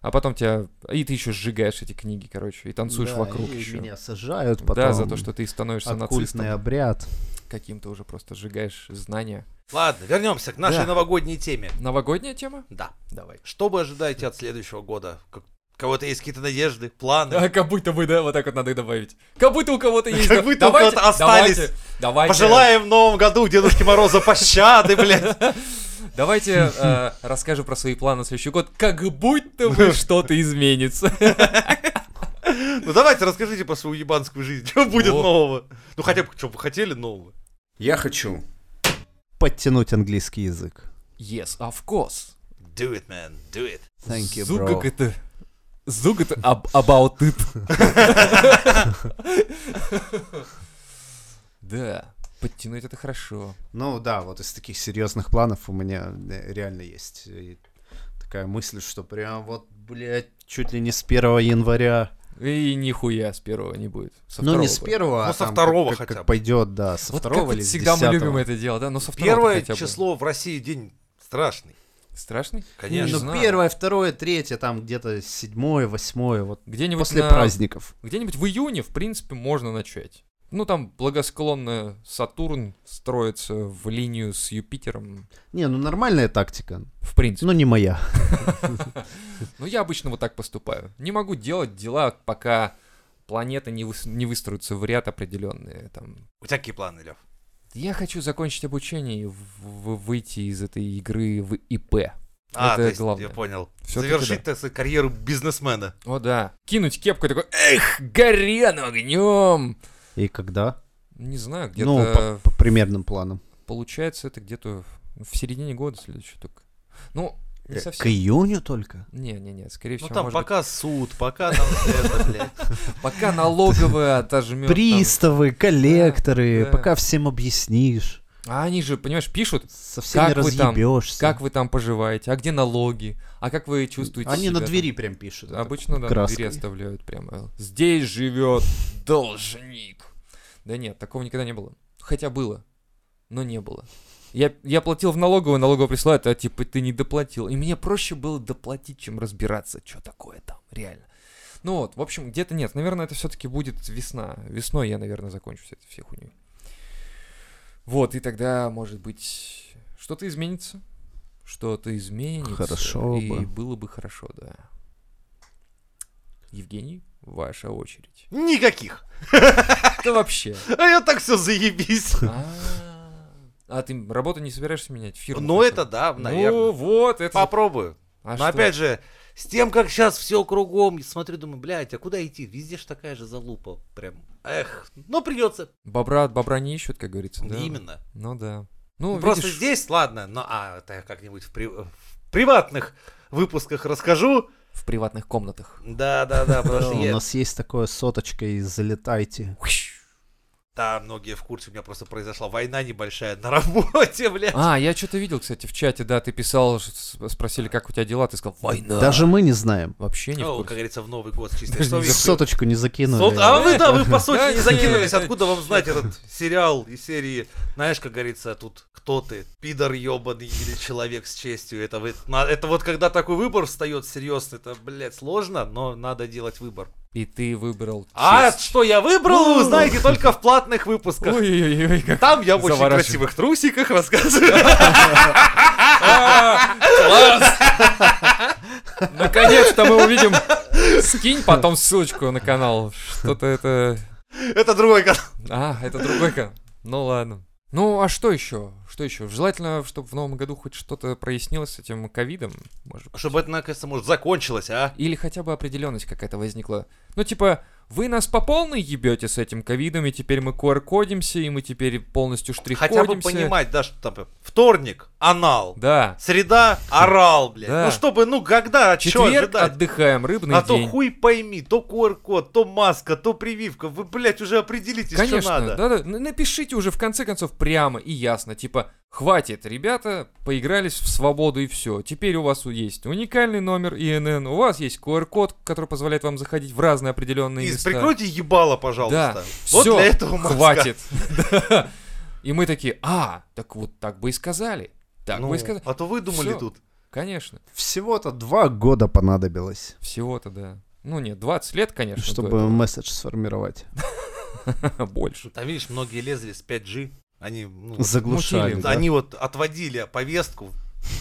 Speaker 2: А потом тебя... И ты еще сжигаешь эти книги, короче, и танцуешь
Speaker 3: Да,
Speaker 2: вокруг
Speaker 3: и
Speaker 2: еще.
Speaker 3: Меня сажают потом.
Speaker 2: Да, за то, что ты становишься нацистом.
Speaker 3: Оккультный обряд.
Speaker 2: каким-то уже просто сжигаешь знания.
Speaker 1: Ладно, вернемся к нашей
Speaker 2: Да.
Speaker 1: новогодней теме.
Speaker 2: Новогодняя тема?
Speaker 1: Да.
Speaker 2: Давай.
Speaker 1: Что вы ожидаете от следующего года? Как- У кого-то есть какие-то надежды, планы?
Speaker 2: А как будто бы, да, вот так вот надо и добавить. Как будто у кого-то есть...
Speaker 1: Как
Speaker 2: да,
Speaker 1: будто у
Speaker 2: давайте,
Speaker 1: кого-то остались.
Speaker 2: Давайте, давайте,
Speaker 1: Пожелаем в новом году Дедушке Мороза пощады, блядь.
Speaker 2: давайте э, расскажем про свои планы на следующий год. Как будто бы что-то изменится.
Speaker 1: Ну давайте расскажите про свою ебанскую жизнь. Что будет
Speaker 2: О.
Speaker 1: нового? Ну хотя бы, что вы хотели нового?
Speaker 4: Я хочу.
Speaker 3: Подтянуть английский язык.
Speaker 2: Yes, of course.
Speaker 1: Do it, man, do it.
Speaker 3: Thank you,
Speaker 2: Зуга
Speaker 3: bro.
Speaker 2: это... Зуга это ab- about it. Да, подтянуть это хорошо.
Speaker 3: Ну да, вот из таких серьезных планов у меня э, реально есть э, такая мысль, что прям вот, блядь, чуть ли не с 1 января.
Speaker 2: И нихуя с первого не будет. Со
Speaker 3: ну
Speaker 2: второго
Speaker 3: не с
Speaker 2: будет.
Speaker 3: первого,
Speaker 1: Ну,
Speaker 3: а
Speaker 1: со
Speaker 3: там
Speaker 1: второго
Speaker 3: как,
Speaker 1: хотя
Speaker 3: как
Speaker 1: бы.
Speaker 3: пойдет, да, со
Speaker 2: Вот как
Speaker 3: второго
Speaker 2: вот
Speaker 3: или с
Speaker 2: всегда мы любим
Speaker 3: десятого.
Speaker 2: это дело, да? Но со второго
Speaker 1: Первое
Speaker 2: хотя бы.
Speaker 1: число в России день страшный.
Speaker 2: Страшный?
Speaker 1: Конечно.
Speaker 2: Не
Speaker 3: Ну,
Speaker 2: знаю.
Speaker 3: первое, второе, третье, там где-то седьмое, восьмое, вот
Speaker 2: Где-нибудь
Speaker 3: после
Speaker 2: на-
Speaker 3: праздников.
Speaker 2: Где-нибудь в июне, в принципе, можно начать. Ну, там благосклонно Сатурн строится в линию с Юпитером,
Speaker 3: Не, ну нормальная тактика,
Speaker 2: в принципе.
Speaker 3: но не моя.
Speaker 2: Но Ну, я обычно вот так поступаю. Не могу делать дела, пока планеты не, выс- не выстроятся в ряд определенные. Там.
Speaker 1: У тебя какие планы, Лев?
Speaker 2: Я хочу закончить обучение и в- в- выйти из этой игры в ИП.
Speaker 1: А, то
Speaker 2: Это
Speaker 1: есть,
Speaker 2: главное.
Speaker 1: я понял.
Speaker 2: Всё-таки
Speaker 1: Завершить, так сказать, карьеру бизнесмена.
Speaker 2: О, да. Кинуть кепку и такой, эх, гори оно огнем.
Speaker 3: И когда?
Speaker 2: Не знаю, где-то...
Speaker 3: Ну, по, по примерным планам.
Speaker 2: Получается, это где-то в середине года следующий только. Ну, не
Speaker 3: Э,
Speaker 2: совсем.
Speaker 3: К июню только?
Speaker 2: Не-не-не, скорее всего,
Speaker 1: Ну там
Speaker 2: может
Speaker 1: пока суд, пока там это, блядь.
Speaker 2: быть, пока налоговая отожмет.
Speaker 3: Приставы, коллекторы,
Speaker 2: Ну, да.
Speaker 3: пока всем объяснишь,
Speaker 2: А они же, понимаешь, пишут,
Speaker 3: со всеми
Speaker 2: Как вы там?
Speaker 3: разъебешься.
Speaker 2: как вы там поживаете, а где налоги, а как вы чувствуете
Speaker 3: Они
Speaker 2: себя
Speaker 3: на
Speaker 2: там.
Speaker 3: двери прям пишут. это
Speaker 2: Обычно, да, на
Speaker 3: краской.
Speaker 2: двери оставляют прямо. Здесь живет должник. Да нет, такого никогда не было. Хотя было, но не было. Я, я платил в налоговую, налоговая присылает, а типа ты не доплатил. И мне проще было доплатить, чем разбираться, что такое там, реально. Ну вот, в общем, где-то нет. Наверное, это все-таки будет весна. Весной я, наверное, закончу все это все хуйни. Вот, и тогда, может быть, что-то изменится. Что-то изменится.
Speaker 3: Хорошо
Speaker 2: И
Speaker 3: бы.
Speaker 2: было бы хорошо, да. Евгений, ваша очередь.
Speaker 1: Никаких.
Speaker 2: Это вообще.
Speaker 1: А я так все заебись.
Speaker 2: А, А ты работу не собираешься менять? Фирму?
Speaker 1: Ну,
Speaker 2: хотя
Speaker 1: это
Speaker 2: бы?
Speaker 1: да,
Speaker 2: Ну,
Speaker 1: наверное.
Speaker 2: вот, это...
Speaker 1: Попробую.
Speaker 2: А
Speaker 1: Но
Speaker 2: что?
Speaker 1: опять же, с тем, как сейчас все кругом, смотрю, думаю, блядь, а куда идти? Везде ж такая же залупа. Прям, эх, ну придется.
Speaker 2: Бобра от бобра не ищут, как говорится. да?
Speaker 1: Именно.
Speaker 2: Ну да. Ну,
Speaker 1: Просто
Speaker 2: видишь,
Speaker 1: здесь, ладно, но а, это я как-нибудь в, при- в приватных выпусках расскажу.
Speaker 2: в приватных комнатах.
Speaker 1: Да, да, да, потому
Speaker 3: Да,
Speaker 1: что
Speaker 3: У
Speaker 1: я-
Speaker 3: нас есть такое соточка и залетайте.
Speaker 1: Да, многие в курсе, у меня просто произошла война небольшая на работе, блядь.
Speaker 2: А, я что-то видел, кстати, в чате, да, ты писал, ш- с- спросили, как у тебя дела, ты сказал, война.
Speaker 3: Даже мы не знаем.
Speaker 2: Вообще А, не в
Speaker 1: Ну,
Speaker 2: курсе.
Speaker 1: как говорится, в Новый год с чистой
Speaker 2: Не
Speaker 1: совестью.
Speaker 3: Соточку не закинули.
Speaker 1: Сот- А вы, да, вы по сути не
Speaker 2: Да,
Speaker 1: закинулись.
Speaker 2: нет.
Speaker 1: Откуда вам знать этот сериал из серии, знаешь, как говорится, тут кто ты, пидор ебаный или человек с честью. Это, вы- на- это вот когда такой выбор встает серьезно, это, блядь, сложно, но надо делать выбор.
Speaker 2: И ты выбрал
Speaker 1: А
Speaker 2: честь. Ну.
Speaker 1: что я выбрал, вы узнаете только в платных выпусках.
Speaker 2: Ой-ой-ой, как
Speaker 1: Там я в очень
Speaker 2: Заворачивай.
Speaker 1: красивых трусиках рассказываю.
Speaker 2: А, Наконец-то мы увидим. Скинь потом ссылочку на канал. Что-то это...
Speaker 1: Это другой канал.
Speaker 2: А, это другой канал. Ну ладно. Ну а что еще? Что еще? Желательно, чтобы в новом году хоть что-то прояснилось с этим ковидом. Может,
Speaker 1: Чтобы это, наконец-то, может, закончилось, а?
Speaker 2: Или хотя бы определенность какая-то возникла. Ну, типа, вы нас по полной ебете с этим ковидом, и теперь мы QR-кодимся, и мы теперь полностью штрих-кодимся.
Speaker 1: Хотя бы понимать, да, что там типа, вторник, анал.
Speaker 2: Да.
Speaker 1: Среда, орал, блядь.
Speaker 2: Да.
Speaker 1: Ну, чтобы, ну, когда, от чего
Speaker 2: Четверг
Speaker 1: ожидать?
Speaker 2: отдыхаем, рыбный
Speaker 1: А
Speaker 2: день.
Speaker 1: то хуй пойми, то QR-код, то маска, то прививка. Вы, блядь, уже определитесь, что
Speaker 2: Конечно,
Speaker 1: надо.
Speaker 2: да-да, Н- напишите уже в конце концов прямо и ясно, типа, хватит, ребята, поигрались в свободу и все. Теперь у вас у- есть уникальный номер ИНН, у вас есть QR-код, который позволяет вам заходить в разные определенные
Speaker 1: И
Speaker 2: места.
Speaker 1: прикройте ебало, пожалуйста.
Speaker 2: Да,
Speaker 1: вот
Speaker 2: всё,
Speaker 1: для этого маска.
Speaker 2: Хватит. Да. И мы такие, а, так вот так бы и сказали. Так
Speaker 1: Ну,
Speaker 2: бы и сказали.
Speaker 1: а то выдумали
Speaker 2: Всё.
Speaker 1: тут.
Speaker 2: Конечно.
Speaker 3: Всего-то два года понадобилось,
Speaker 2: Всего-то, да. Ну нет, 20 лет, конечно, до
Speaker 3: чтобы
Speaker 2: этого.
Speaker 3: месседж сформировать.
Speaker 2: больше.
Speaker 1: Там, видишь, многие лезли с 5G. Они, ну, вот-
Speaker 3: Заглушали.
Speaker 2: мутили,
Speaker 3: да.
Speaker 1: они вот отводили повестку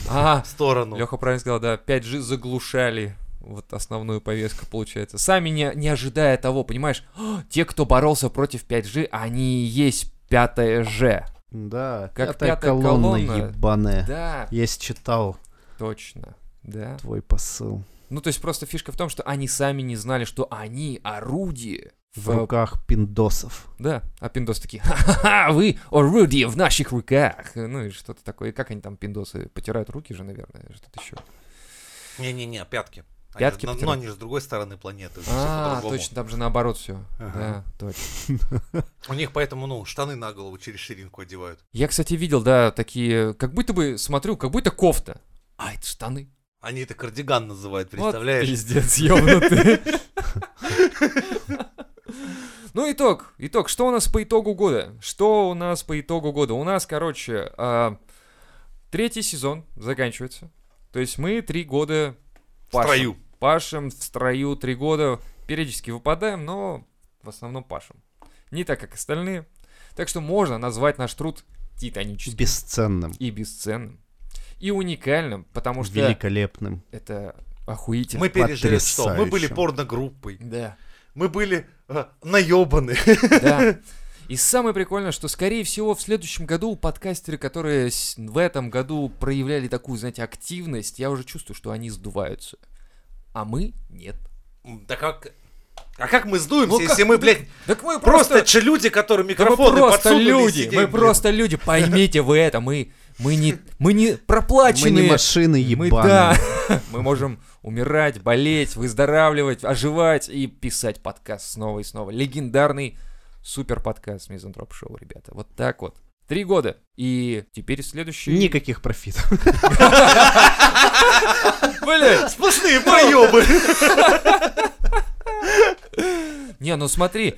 Speaker 2: А,
Speaker 1: в сторону.
Speaker 2: Леха правильно сказал, да, 5G заглушали вот основную повестку, получается. Сами не, не ожидая того, понимаешь, «А, те, кто боролся против 5G, они и есть пятое Ж.
Speaker 3: Да,
Speaker 2: Как
Speaker 3: пятая,
Speaker 2: пятая
Speaker 3: колонна,
Speaker 2: колонна.
Speaker 3: ебаная.
Speaker 2: Да,
Speaker 3: Я считал
Speaker 2: точно. Да.
Speaker 3: твой посыл.
Speaker 2: Ну, то есть просто фишка в том, что они сами не знали, что они орудие
Speaker 3: В
Speaker 2: в-
Speaker 3: руках пиндосов.
Speaker 2: Да, а пиндосы такие, ха-ха-ха, вы орудие в наших руках. Ну и что-то такое. Как они там, пиндосы, потирают руки же, наверное, что-то еще.
Speaker 1: Не-не-не, пятки. Они
Speaker 2: Пятки
Speaker 1: же- но-
Speaker 2: потеряли.
Speaker 1: но они же с другой стороны планеты. уже всё
Speaker 2: А,
Speaker 1: по-другому.
Speaker 2: точно, там же наоборот все.
Speaker 1: Ага.
Speaker 2: Да, точно.
Speaker 1: У них поэтому, ну, штаны на голову через ширинку одевают.
Speaker 2: Я, кстати, видел, да, такие, как будто бы, смотрю, как будто кофта. А, это штаны.
Speaker 1: Они это кардиган называют,
Speaker 2: Вот
Speaker 1: представляешь?
Speaker 2: пиздец, ёбнутый. Ну, итог. Итог. Что у нас по итогу года? Что у нас по итогу года? У нас, короче, а, третий сезон заканчивается. То есть мы три года
Speaker 1: в
Speaker 2: пашем.
Speaker 1: строю.
Speaker 2: Пашем в строю три года. Периодически выпадаем, но в основном пашем. Не так, как остальные. Так что можно назвать наш труд титаническим
Speaker 3: Бесценным.
Speaker 2: и бесценным. И уникальным, потому что
Speaker 3: Великолепным.
Speaker 2: это охуительно.
Speaker 1: Мы пережили что? Мы
Speaker 3: Потрясающе.
Speaker 1: были порногруппой.
Speaker 2: Да.
Speaker 1: Мы были э, наебаны.
Speaker 2: Да. И самое прикольное, что, скорее всего, в следующем году подкастеры, которые с- в этом году проявляли такую, знаете, активность, я уже чувствую, что они сдуваются. А мы нет.
Speaker 1: Да как... А как мы сдуемся,
Speaker 2: Ну
Speaker 1: если
Speaker 2: как
Speaker 1: мы,
Speaker 2: ты-
Speaker 1: блядь,
Speaker 2: Так мы
Speaker 1: просто, че люди, которые
Speaker 2: Да мы
Speaker 1: микрофоны
Speaker 2: просто
Speaker 1: подсунули и
Speaker 2: люди,
Speaker 1: сидели,
Speaker 2: мы
Speaker 1: блин.
Speaker 2: просто люди, поймите вы это, мы, мы не, мы не
Speaker 3: Мы
Speaker 2: проплаченные.
Speaker 3: не машины
Speaker 2: Мы,
Speaker 3: ебаные.
Speaker 2: да, мы можем умирать, болеть, выздоравливать, оживать и писать подкаст снова и снова. Легендарный супер подкаст Мизантроп Шоу, ребята. Вот так вот. Три года. И теперь следующий...
Speaker 3: Никаких профитов.
Speaker 2: Блин!
Speaker 1: Сплошные проебы.
Speaker 2: Не, ну смотри,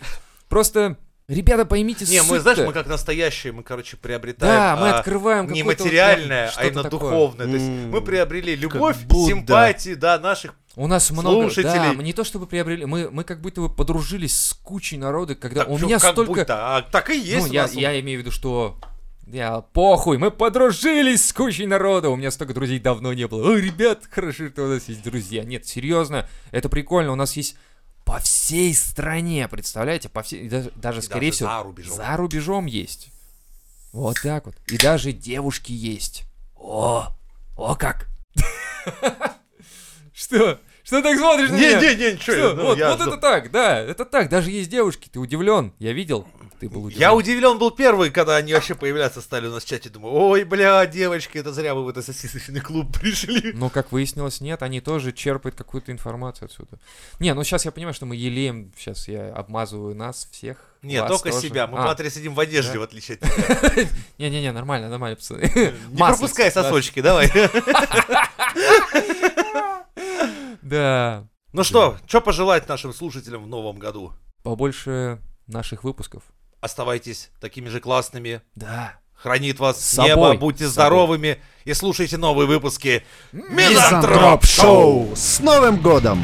Speaker 2: просто Ребята, поймите
Speaker 1: Не, мы,
Speaker 2: суть-то.
Speaker 1: знаешь, мы как настоящие, мы, короче, приобретаем...
Speaker 2: Да, мы
Speaker 1: а,
Speaker 2: открываем
Speaker 1: не
Speaker 2: какое-то вот прям
Speaker 1: материальное, а
Speaker 2: что-то
Speaker 1: именно
Speaker 2: такое.
Speaker 1: духовное. То есть
Speaker 3: М.
Speaker 1: мы приобрели любовь,
Speaker 3: Будда.
Speaker 1: симпатии, да, наших.
Speaker 2: У нас много, да,
Speaker 1: слушателей.
Speaker 2: мы не то чтобы приобрели, мы, мы как будто бы подружились с кучей народа, когда
Speaker 1: Так,
Speaker 2: у
Speaker 1: чё,
Speaker 2: меня
Speaker 1: как
Speaker 2: столько...
Speaker 1: будто, а так и есть
Speaker 2: ну,
Speaker 1: у
Speaker 2: я,
Speaker 1: нас.
Speaker 2: я имею в виду, что... Я похуй, мы подружились с кучей народа, у меня столько друзей давно не было. Ой, ребят, хорошо, что у нас есть друзья. Нет, серьезно, это прикольно, у нас есть по всей стране, представляете, по всей, и даже, даже
Speaker 1: И
Speaker 2: скорее
Speaker 1: даже
Speaker 2: всего,
Speaker 1: за рубежом.
Speaker 2: за рубежом есть. Вот так вот. И даже девушки есть. О, о как. Что? Что так смотришь на меня?
Speaker 1: Не-не-не, ничего.
Speaker 2: Что?
Speaker 1: ну,
Speaker 2: вот
Speaker 1: я-
Speaker 2: вот это так, да, это так. Даже есть девушки, ты удивлен. Я видел, ты был удивлен.
Speaker 1: Я удивлен был первый, когда они вообще появляться стали у нас в чате. Думаю, ой, бля, девочки, это зря вы в этот сосисочный клуб пришли.
Speaker 2: Но, как выяснилось, нет, они тоже черпают какую-то информацию отсюда. Не, ну сейчас я понимаю, что мы елеем, сейчас я обмазываю нас всех.
Speaker 1: Нет,
Speaker 2: вас
Speaker 1: только
Speaker 2: тоже.
Speaker 1: себя. Мы
Speaker 2: А,
Speaker 1: матри сидим в одежде,
Speaker 2: Да.
Speaker 1: в отличие от тебя.
Speaker 2: Не-не-не, нормально, нормально, пацаны.
Speaker 1: Не
Speaker 2: Масло,
Speaker 1: пропускай
Speaker 2: кстати,
Speaker 1: сосочки, давай.
Speaker 2: Да,
Speaker 1: Ну что, что пожелать нашим слушателям в новом году?
Speaker 2: побольше наших выпусков.
Speaker 1: Оставайтесь такими же классными.
Speaker 2: Да.
Speaker 1: Хранит вас
Speaker 2: С
Speaker 1: небо,
Speaker 2: собой,
Speaker 1: будьте
Speaker 2: с собой.
Speaker 1: здоровыми и слушайте новые выпуски
Speaker 3: Мизантроп Шоу! С Новым годом!